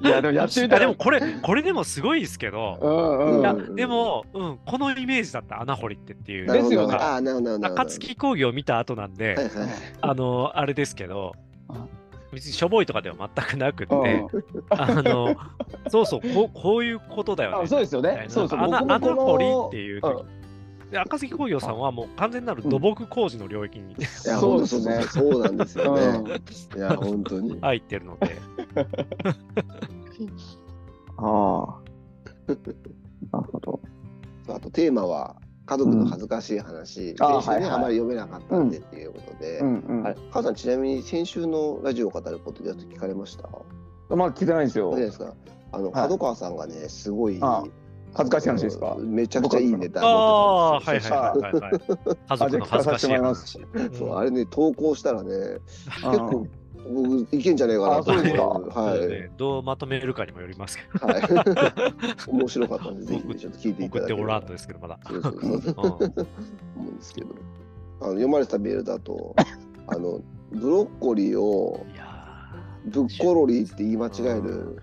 Speaker 2: け [laughs] いやでもやってみた
Speaker 3: あ
Speaker 2: ら
Speaker 3: でもこれこれでもすごいですけど
Speaker 2: うんうん
Speaker 3: いや
Speaker 1: うん
Speaker 3: でも、うん、このイメージだった穴掘りってっていう
Speaker 1: なるほど
Speaker 2: ですよね
Speaker 1: あー、なるほどなるほど。なるほど
Speaker 3: 暁工業見た後なんで、
Speaker 1: はいはい。
Speaker 3: あのあれですけど
Speaker 2: あ
Speaker 3: 別にしょぼいとかでは全くなくて、
Speaker 2: うん
Speaker 3: あのそうそうこうこういうことだよ
Speaker 2: あ
Speaker 3: ね
Speaker 2: そうですよね。そうそう。
Speaker 3: 穴
Speaker 2: 僕もこの
Speaker 3: 穴掘りっていう
Speaker 2: うん
Speaker 3: で赤崎工業さんはもう完全なる土木工事の領域に
Speaker 1: いや、
Speaker 2: そ
Speaker 1: そうう
Speaker 2: で
Speaker 1: ですす
Speaker 2: ね
Speaker 1: ね。。そうなんですよ
Speaker 2: う
Speaker 1: ね。
Speaker 2: ん、
Speaker 1: いや、本当に。
Speaker 3: 入ってるの
Speaker 1: [laughs]
Speaker 3: で、
Speaker 2: ああ。なるほど。
Speaker 1: あとテーマは家族の恥ずかしい話。
Speaker 2: あー
Speaker 1: 先週
Speaker 2: はい
Speaker 1: ね、
Speaker 2: はい
Speaker 1: あまり読めなかったんでっていうことで
Speaker 2: う。んうん。
Speaker 1: あれ、母さん、ちなみに先週のラジオを語るポッドキャスト聞かれました。
Speaker 2: まだ聞いてないんです
Speaker 1: あ
Speaker 2: よ
Speaker 1: れじゃない。ですか。あの、
Speaker 2: はい
Speaker 1: 角川さんがね、すごい。
Speaker 2: あ
Speaker 1: あ
Speaker 2: 恥ずかしい話ですか
Speaker 1: めちゃくちゃいいネタ
Speaker 3: ああ、
Speaker 1: 持
Speaker 3: は
Speaker 1: っ
Speaker 3: い
Speaker 1: てた
Speaker 3: はい
Speaker 1: んですよ
Speaker 3: はいはいはい。家族の恥ずかしい話。
Speaker 1: そうあれね投稿したらね
Speaker 2: あ
Speaker 1: 結構僕いけんじゃねえかな
Speaker 2: あそうですか
Speaker 1: は
Speaker 3: そう
Speaker 1: い
Speaker 3: ねどうまとめるかにもよりますけ
Speaker 2: [laughs]
Speaker 3: ど、
Speaker 1: はい、面白かったんでぜひねちょっと聞いていた
Speaker 3: 送っ
Speaker 1: だけ
Speaker 3: て
Speaker 1: れば
Speaker 3: おらんとですけど、まだ。
Speaker 1: そうそうそう
Speaker 3: うん
Speaker 1: 思うんですけどあの読まれたメールだとあのブロッコリーを
Speaker 3: いや
Speaker 1: ブッコロリーって言い間違える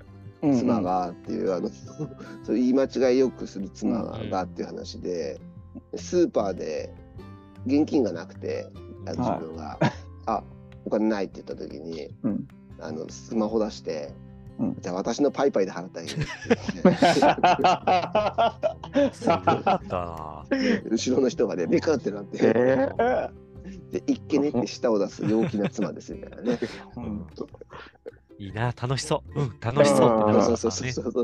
Speaker 1: 妻がっていう、あの [laughs] そう言い間違いよくする妻がっていう話で、スーパーで現金がなくてあの
Speaker 2: はい
Speaker 1: 自分が、あお金ないって言った時に
Speaker 2: うん
Speaker 1: あのスマホ出して、
Speaker 2: うん
Speaker 1: じゃあ私のパイパイで払ったらいいよ [laughs]
Speaker 3: ー、すごかったな。
Speaker 1: っ
Speaker 2: [laughs]
Speaker 1: て後ろの人がねベカってなって、
Speaker 2: ええ
Speaker 1: で一気にって舌を出す陽気な妻ですみたいなね。
Speaker 2: うん
Speaker 3: いいな、楽しそう。うん、楽しそうってな
Speaker 1: そ
Speaker 3: る
Speaker 1: うそうそう
Speaker 3: ね
Speaker 1: そ。
Speaker 2: [laughs]
Speaker 1: う [laughs] そう。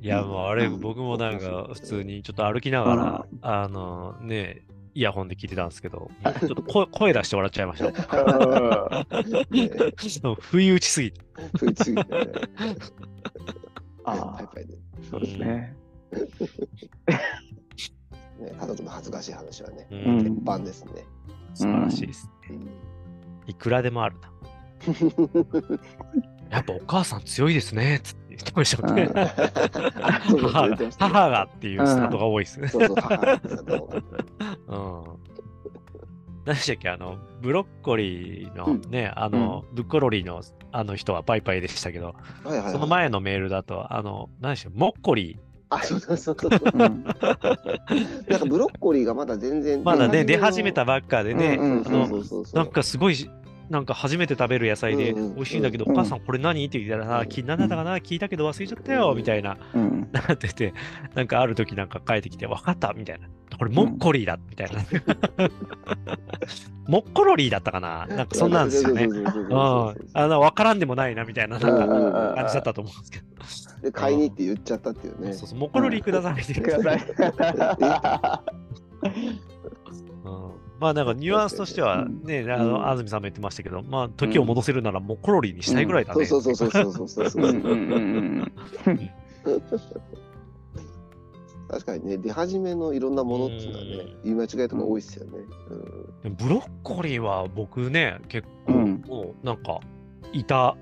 Speaker 3: いや、もうあれ、僕もなんか、普通にちょっと歩きながら、あの、ね、イヤホンで聞いてたんですけど、もうちょっと声声出して笑っちゃい
Speaker 1: [laughs]
Speaker 3: ました。
Speaker 1: ね
Speaker 3: もう不意打ちすぎて。
Speaker 1: 食いついてね。
Speaker 2: あ
Speaker 1: パイ
Speaker 2: あ
Speaker 1: パイで。
Speaker 2: そうですね
Speaker 1: ね、家族の恥ずかしい話はね、
Speaker 3: う、
Speaker 2: うん
Speaker 1: 鉄板ですね。
Speaker 3: 素晴らしいです。いくらでもあるな。やっぱお母さん強いですね、つって言ってましたもんね。
Speaker 1: そうそう
Speaker 3: 母
Speaker 1: 言っ
Speaker 3: が
Speaker 1: てましたね
Speaker 3: 母がっていうスタートが多いですね。
Speaker 1: そうそう、母が言ってた
Speaker 3: [laughs]
Speaker 1: と思う
Speaker 3: うん。何でしたっけあの、ブロッコリー
Speaker 1: う
Speaker 3: の
Speaker 1: ん
Speaker 3: ね、あの、ブッコロリーのあの人はパイパイでしたけど、
Speaker 1: はいはいはい
Speaker 3: その前のメールだと、あの、何でしたっけモッコリ
Speaker 1: あ、そうそうそうそう。
Speaker 2: うん
Speaker 1: なんかブロッコリーがまだ全然
Speaker 3: ー。まだね、出
Speaker 1: の
Speaker 3: 始めたばっかでね、
Speaker 1: うんうん
Speaker 3: あ
Speaker 1: そう
Speaker 3: の
Speaker 1: そうそうそう
Speaker 3: なんかすごいし、なんか初めて食べる野菜で
Speaker 1: うんうん
Speaker 3: 美味しいんだけど、
Speaker 2: うん
Speaker 3: お母さんこれ何って言ったら、あ気にならなかったかな、聞いたけど忘れちゃった
Speaker 1: う
Speaker 3: よ、
Speaker 1: ん
Speaker 3: みたいな、
Speaker 2: うん
Speaker 3: なってて、なんかある時なんか帰ってきて、分かった、みたいな。これモッコリーだ、みた
Speaker 1: [laughs]
Speaker 3: いな。モッコロリーだったかななんかそんなんですよね。
Speaker 1: そうそうそう
Speaker 3: うん、
Speaker 1: そ
Speaker 3: あ
Speaker 1: うそう
Speaker 3: の分からんでもないなみたいななん
Speaker 1: う
Speaker 3: か
Speaker 1: んうんうん
Speaker 3: 感じだったと思うんですけど、
Speaker 1: で、買いに行って言っちゃったっていうね。
Speaker 3: そうそうもうこのリーくださいって
Speaker 2: ください
Speaker 3: うんまあなんかニュアンスとしては
Speaker 2: うん
Speaker 3: ね、あ
Speaker 1: うん
Speaker 3: の安住さんも言ってましたけど、まあ時を戻せるならもうコロリーにしたいぐらいだね。
Speaker 1: そうそうそうそうそうそうそううん
Speaker 2: うんうん
Speaker 1: [laughs] 確かにね、出始めのいろんなものっていうのはね、言い間違いとか多いですよね。うん
Speaker 3: でもブロッコリーは僕ね、結構、
Speaker 2: うん
Speaker 3: もうなんかいた、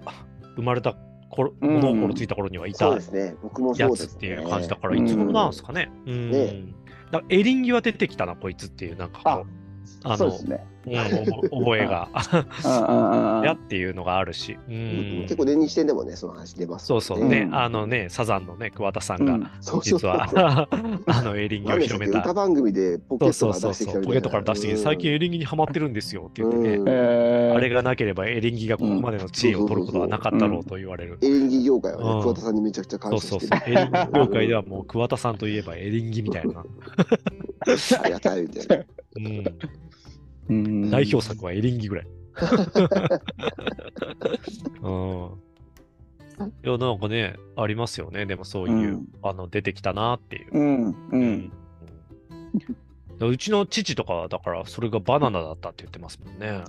Speaker 3: 生まれた頃、物心ついた頃にはいた
Speaker 1: そうですね、僕もそう
Speaker 3: や
Speaker 1: です、
Speaker 3: つ
Speaker 1: ね。
Speaker 3: っていう感じだから、
Speaker 2: そう
Speaker 3: い
Speaker 2: です
Speaker 3: つ
Speaker 2: ね
Speaker 3: もなんすかね。うん。
Speaker 1: ね
Speaker 3: なんかエリンギは出てきたな、こいつっていう、なんかこう、あ
Speaker 2: そう
Speaker 3: の
Speaker 2: です、ね
Speaker 3: うんおぼ [laughs] 覚えが。
Speaker 2: うんうんうんうん
Speaker 3: やっていうのがあるし、う
Speaker 1: うん
Speaker 3: ん、
Speaker 1: 結構連日点でもね、その話出ます
Speaker 3: そ
Speaker 1: もん、
Speaker 3: うそう、
Speaker 2: ん
Speaker 3: ね、あのね、サザンのね、桑田さん
Speaker 2: う
Speaker 3: が、
Speaker 2: ん
Speaker 1: そうそう
Speaker 3: 実
Speaker 1: そう。
Speaker 3: は、
Speaker 1: [laughs]
Speaker 3: あの、エリンギ
Speaker 1: 何
Speaker 3: を
Speaker 1: でしたっけ
Speaker 3: 広めた。
Speaker 1: 歌番組でポケ
Speaker 3: そう
Speaker 1: ッ
Speaker 3: そ
Speaker 1: トから出し
Speaker 3: うそう
Speaker 1: てき
Speaker 3: そ
Speaker 1: たみ
Speaker 3: う、ポ
Speaker 1: たいな
Speaker 3: ケットから出してきて、最近エリンギにハマってるんですよって言ってね、
Speaker 1: うん
Speaker 2: えー
Speaker 3: あれがなければエリンギがここまでの地位を取ることはなかったろうと言われる。
Speaker 1: エリンギ業界は
Speaker 3: う
Speaker 1: ね、
Speaker 3: ん
Speaker 1: 桑田さんにめちゃくちゃ
Speaker 3: そ
Speaker 1: 感
Speaker 3: う
Speaker 1: 謝
Speaker 3: そ
Speaker 1: して
Speaker 3: うそ
Speaker 1: る
Speaker 3: う、エリンギ業界
Speaker 1: [laughs]
Speaker 3: ではもう桑田さんといえばエリンギみたいな。
Speaker 1: ありがたいみたいな。
Speaker 3: うん、
Speaker 2: うん
Speaker 3: 代表作はエリンギ
Speaker 1: [laughs]
Speaker 3: ぐらい。うん。いや、なんかね、ありますよね。でもそういう、
Speaker 2: うん
Speaker 3: あの、出てきたなっていう。
Speaker 2: うんうん
Speaker 3: うんうちの父とかはだからそれがバナナだったって言ってますもんね。
Speaker 2: あ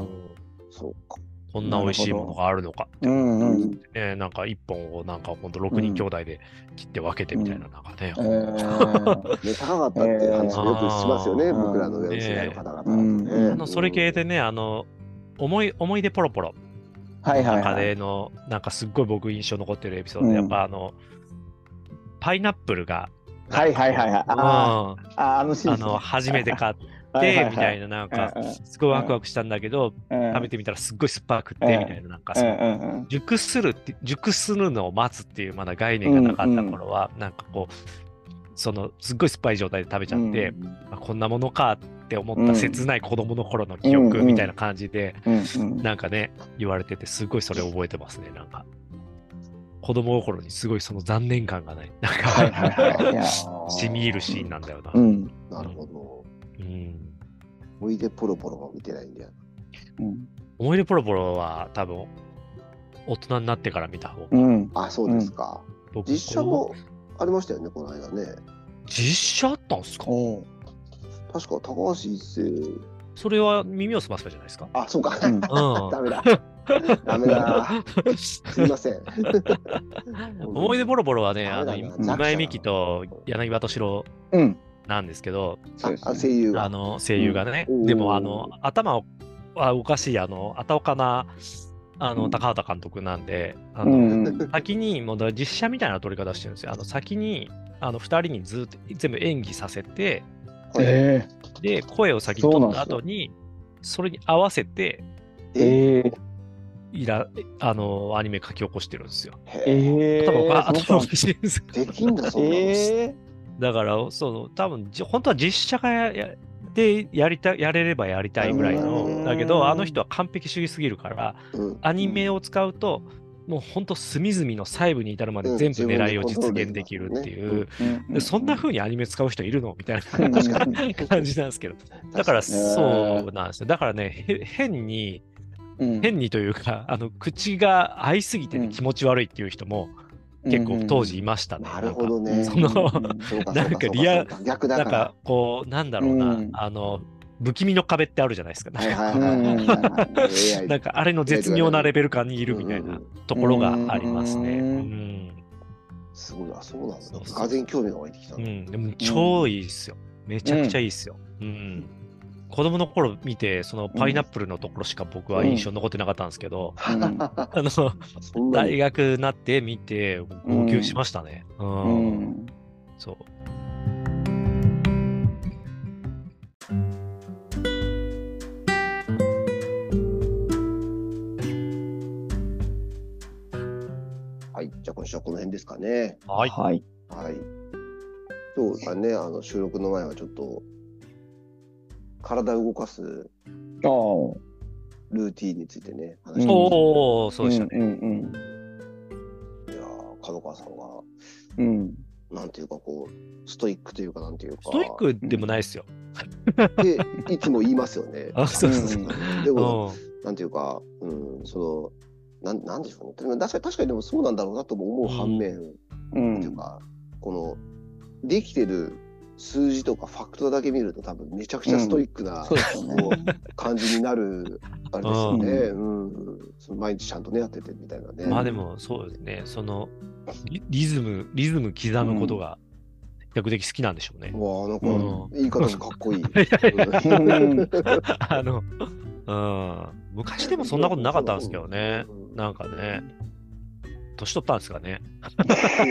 Speaker 2: あ
Speaker 1: そうか。
Speaker 3: こんな美味しいものがあるのか。
Speaker 2: うんうん
Speaker 3: ね、なんか一本をなんかほんと6人兄弟で切って分けてみたいななんかね。
Speaker 2: え [laughs] ー
Speaker 1: ね、高かったっていう話をよくしますよね、
Speaker 2: えー
Speaker 1: 僕らの上の世代の方々だと
Speaker 2: うん
Speaker 1: ね。
Speaker 3: あのそれ系でね、あの思い思い出ポロポロ
Speaker 2: はいはい
Speaker 3: 中
Speaker 2: はい
Speaker 3: でのなんかすっごい僕印象残ってるエピソードで、
Speaker 2: うん
Speaker 3: やっぱあのパイナップルが、
Speaker 2: はいはいはいはい
Speaker 3: うん
Speaker 2: あ
Speaker 3: あ
Speaker 2: ーあーあのシーンですね
Speaker 3: の初めて買っ
Speaker 2: はは
Speaker 3: て
Speaker 2: は
Speaker 3: みたいななんか
Speaker 2: うんうん
Speaker 3: すごいワクワクしたんだけど
Speaker 2: うん
Speaker 3: 食べてみたらすっごい酸っぱくって
Speaker 2: うん
Speaker 3: みたいななんかそ
Speaker 2: うん
Speaker 3: の
Speaker 2: うんうん
Speaker 3: 熟するって熟するのを待つっていうまだ概念がなかった頃は、なんかこうそのすっごい酸っぱい状態で食べちゃって、まあ、こんなものかって思っ
Speaker 2: うん
Speaker 3: た切ない子供の頃の記
Speaker 2: うんう
Speaker 3: 憶
Speaker 2: ん
Speaker 3: みたいな感じで、
Speaker 2: うんうん
Speaker 3: なんかね言われててすごいそれ覚えてますねなんか子供心にすごいその残念感がないなんか、
Speaker 2: はいはいはいいや
Speaker 3: 染み入るシーンなんだよな、
Speaker 2: う
Speaker 3: うん
Speaker 2: ん
Speaker 1: なるほど。
Speaker 3: うん
Speaker 1: おいでポロポロも見てないんだよ。
Speaker 2: うん
Speaker 3: 思い出ポロポロは多分大人になってから見た方が
Speaker 2: うん
Speaker 1: あ、そうですか。
Speaker 3: 僕
Speaker 1: 実写もありましたよね、この間ね。
Speaker 3: 実写あったんですか
Speaker 2: おう
Speaker 1: 確か高橋一生。
Speaker 3: それは耳を澄ませばじゃないですか
Speaker 1: あ、そうか。
Speaker 2: うん
Speaker 3: うん
Speaker 1: ダメだ。ダメ
Speaker 3: [laughs]
Speaker 1: だ。すいません。 [laughs]
Speaker 3: 思い出ボロボロはね、あ
Speaker 1: ダ
Speaker 3: の
Speaker 1: メだな
Speaker 3: 今井美樹と柳葉敏郎
Speaker 2: うん。
Speaker 3: なんですけど、
Speaker 2: そうです、
Speaker 1: あ
Speaker 2: ね。
Speaker 1: 声優
Speaker 3: あ
Speaker 1: は。
Speaker 3: の声優がね、
Speaker 1: うん
Speaker 3: で
Speaker 1: おー
Speaker 3: もあの頭はおかしい、あの、あたおかな、あ
Speaker 2: う
Speaker 3: の
Speaker 2: ん
Speaker 3: 高畑監督なんで、あ
Speaker 2: う
Speaker 3: の
Speaker 2: んうん。
Speaker 3: 先にもうだから実写みたいな撮り方してるんですよ。あの先にあの2人にずっと全部演技させて、
Speaker 2: え
Speaker 3: で、声を先に
Speaker 2: そう
Speaker 3: 撮
Speaker 2: なん
Speaker 3: っ
Speaker 2: です
Speaker 3: た
Speaker 2: よ
Speaker 3: 後に、それに合わせて
Speaker 2: ー、えー、
Speaker 3: イラあのアニメ書き起こしてるんですよ。
Speaker 1: へえ
Speaker 2: えー、
Speaker 3: 頭おか
Speaker 2: そう
Speaker 3: 頭お
Speaker 2: なん
Speaker 3: かしいんですよ
Speaker 1: できんだ、そんなの。
Speaker 2: え
Speaker 3: だから、その多分じ本当は実写がややでやりたやれればやりたいぐらいうの、
Speaker 1: ん
Speaker 3: だけど、あの人は完璧主義すぎるから、
Speaker 1: うん
Speaker 3: アニメを使うと、もう本当隅々の細部に至るまで全部
Speaker 1: うん
Speaker 3: 狙いを
Speaker 1: 自
Speaker 3: 実
Speaker 1: 分でコントロール
Speaker 3: 現できるって
Speaker 1: で
Speaker 3: い
Speaker 1: きますね
Speaker 3: う、
Speaker 2: ー、
Speaker 3: でそんな風にアニメ使う人いるのみたい
Speaker 2: うん
Speaker 3: な
Speaker 1: 確かに。
Speaker 3: [laughs] 感じなんですけど、だから
Speaker 1: 確
Speaker 3: そうなんですよ。だからね、へ変に、
Speaker 2: うん
Speaker 3: 変にというか、あの口が合いすぎてて気持ち悪いっていう人も結構当時いましたね。
Speaker 1: なるほどね
Speaker 3: なんかその [laughs]
Speaker 1: そうかそうか
Speaker 3: なんかリア
Speaker 1: そうか逆だ
Speaker 3: なん
Speaker 1: から
Speaker 3: か。こう、なんだろうな、
Speaker 2: うん
Speaker 3: あの、不気味の壁ってあるじゃないですか。
Speaker 1: はい
Speaker 3: な
Speaker 1: は
Speaker 2: う
Speaker 1: いはい
Speaker 2: ん
Speaker 1: はい
Speaker 3: [laughs]
Speaker 1: AI
Speaker 3: んか、あれの絶妙なレベル感にいるみたい
Speaker 1: うんう
Speaker 3: なんところがありますね。
Speaker 2: う
Speaker 3: うんん。
Speaker 1: すごいな、そうなん
Speaker 3: そ
Speaker 1: だ。
Speaker 3: うそう
Speaker 1: がぜ興味が湧いてきた
Speaker 3: う。ん。でも、超いいっすよ。めちゃくちゃいいっすよ。うん。子供の頃見て、そのパイナップルのところしか僕は印象に残ってなかったんですけ [laughs] ど、あの、
Speaker 1: そんな
Speaker 3: 大
Speaker 1: に
Speaker 3: 学になって見て、号泣しましたね。う。
Speaker 2: [laughs] うんん
Speaker 3: そう。
Speaker 1: はい、じゃあ今週はこの辺ですかね。
Speaker 3: はい。
Speaker 2: はい。
Speaker 1: はい。今日はね、あの収録の前はちょっと、体を動かす
Speaker 2: ああ。
Speaker 1: ルーティンについてね、話してまし
Speaker 3: おお、そうでしたね。
Speaker 2: ね。うん
Speaker 1: たいやー角川さんが、
Speaker 2: うんうん。
Speaker 1: なんていうかこう、ストイックというか、なんていうか。
Speaker 3: ストイックでもないですよ。
Speaker 1: っていつも言いますよね。
Speaker 3: [laughs] あ、そうそうそうう。
Speaker 1: で
Speaker 3: う
Speaker 1: も、
Speaker 3: ん
Speaker 1: なんていうか、うん、その、なんなんでしょうね。でも確かに、確かにでもそうなんだろうなとも思う反面、
Speaker 2: う。
Speaker 1: なんていうんか、この、できてる数字とかファクトだけ見ると、多分めちゃくちゃストイックな、
Speaker 2: そうですよね。
Speaker 1: こう感じになる、あれですよね。うん、その毎日ちゃんとね、やっててみたいなね。
Speaker 3: まあでもそうですね、そのリリズム、リズム刻むことが比較的好きなんでしょうね。
Speaker 1: うわあなんか、
Speaker 3: うん
Speaker 1: 言い方もかっこいい。 [laughs]
Speaker 2: うん
Speaker 3: [laughs] あの、うん、昔でもそんなことなかったんですけどね
Speaker 1: う、ん
Speaker 3: なんかね、年取ったんですかね、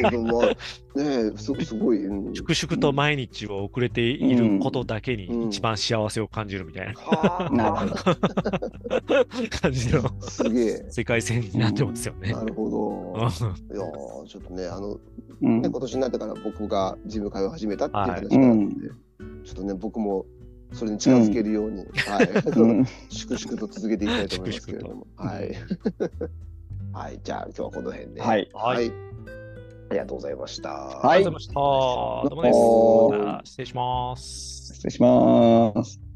Speaker 1: まあねえ、すごすごい。うん
Speaker 3: 粛々と毎日を遅れていることだけ
Speaker 1: うん
Speaker 3: に一番幸せを感じるみたいな
Speaker 1: はあ
Speaker 2: なるほ
Speaker 3: [laughs] 感じの
Speaker 1: すげえ。
Speaker 3: 世界線になってますよね
Speaker 1: な。るほど。
Speaker 3: う
Speaker 1: いやーちょっとね、あの、ね、 [laughs]
Speaker 2: うん
Speaker 1: 今年になってから僕がジム通い始めたっていう話がある
Speaker 2: はい
Speaker 1: んで、ちょっとね、僕もそれに近づけるように、
Speaker 2: [laughs] う
Speaker 1: は
Speaker 2: ん
Speaker 1: い、粛々と続けていきたいと思いますけれども、
Speaker 3: 々と
Speaker 1: はい。はい、 [laughs] じゃあ今日はこの辺で。
Speaker 2: はい。
Speaker 1: は。
Speaker 3: はい
Speaker 1: ありがとうございました。
Speaker 2: は
Speaker 3: あ
Speaker 2: い
Speaker 3: りがとうございました。どうもです
Speaker 2: どうも
Speaker 3: また。失礼します
Speaker 2: 失。礼します。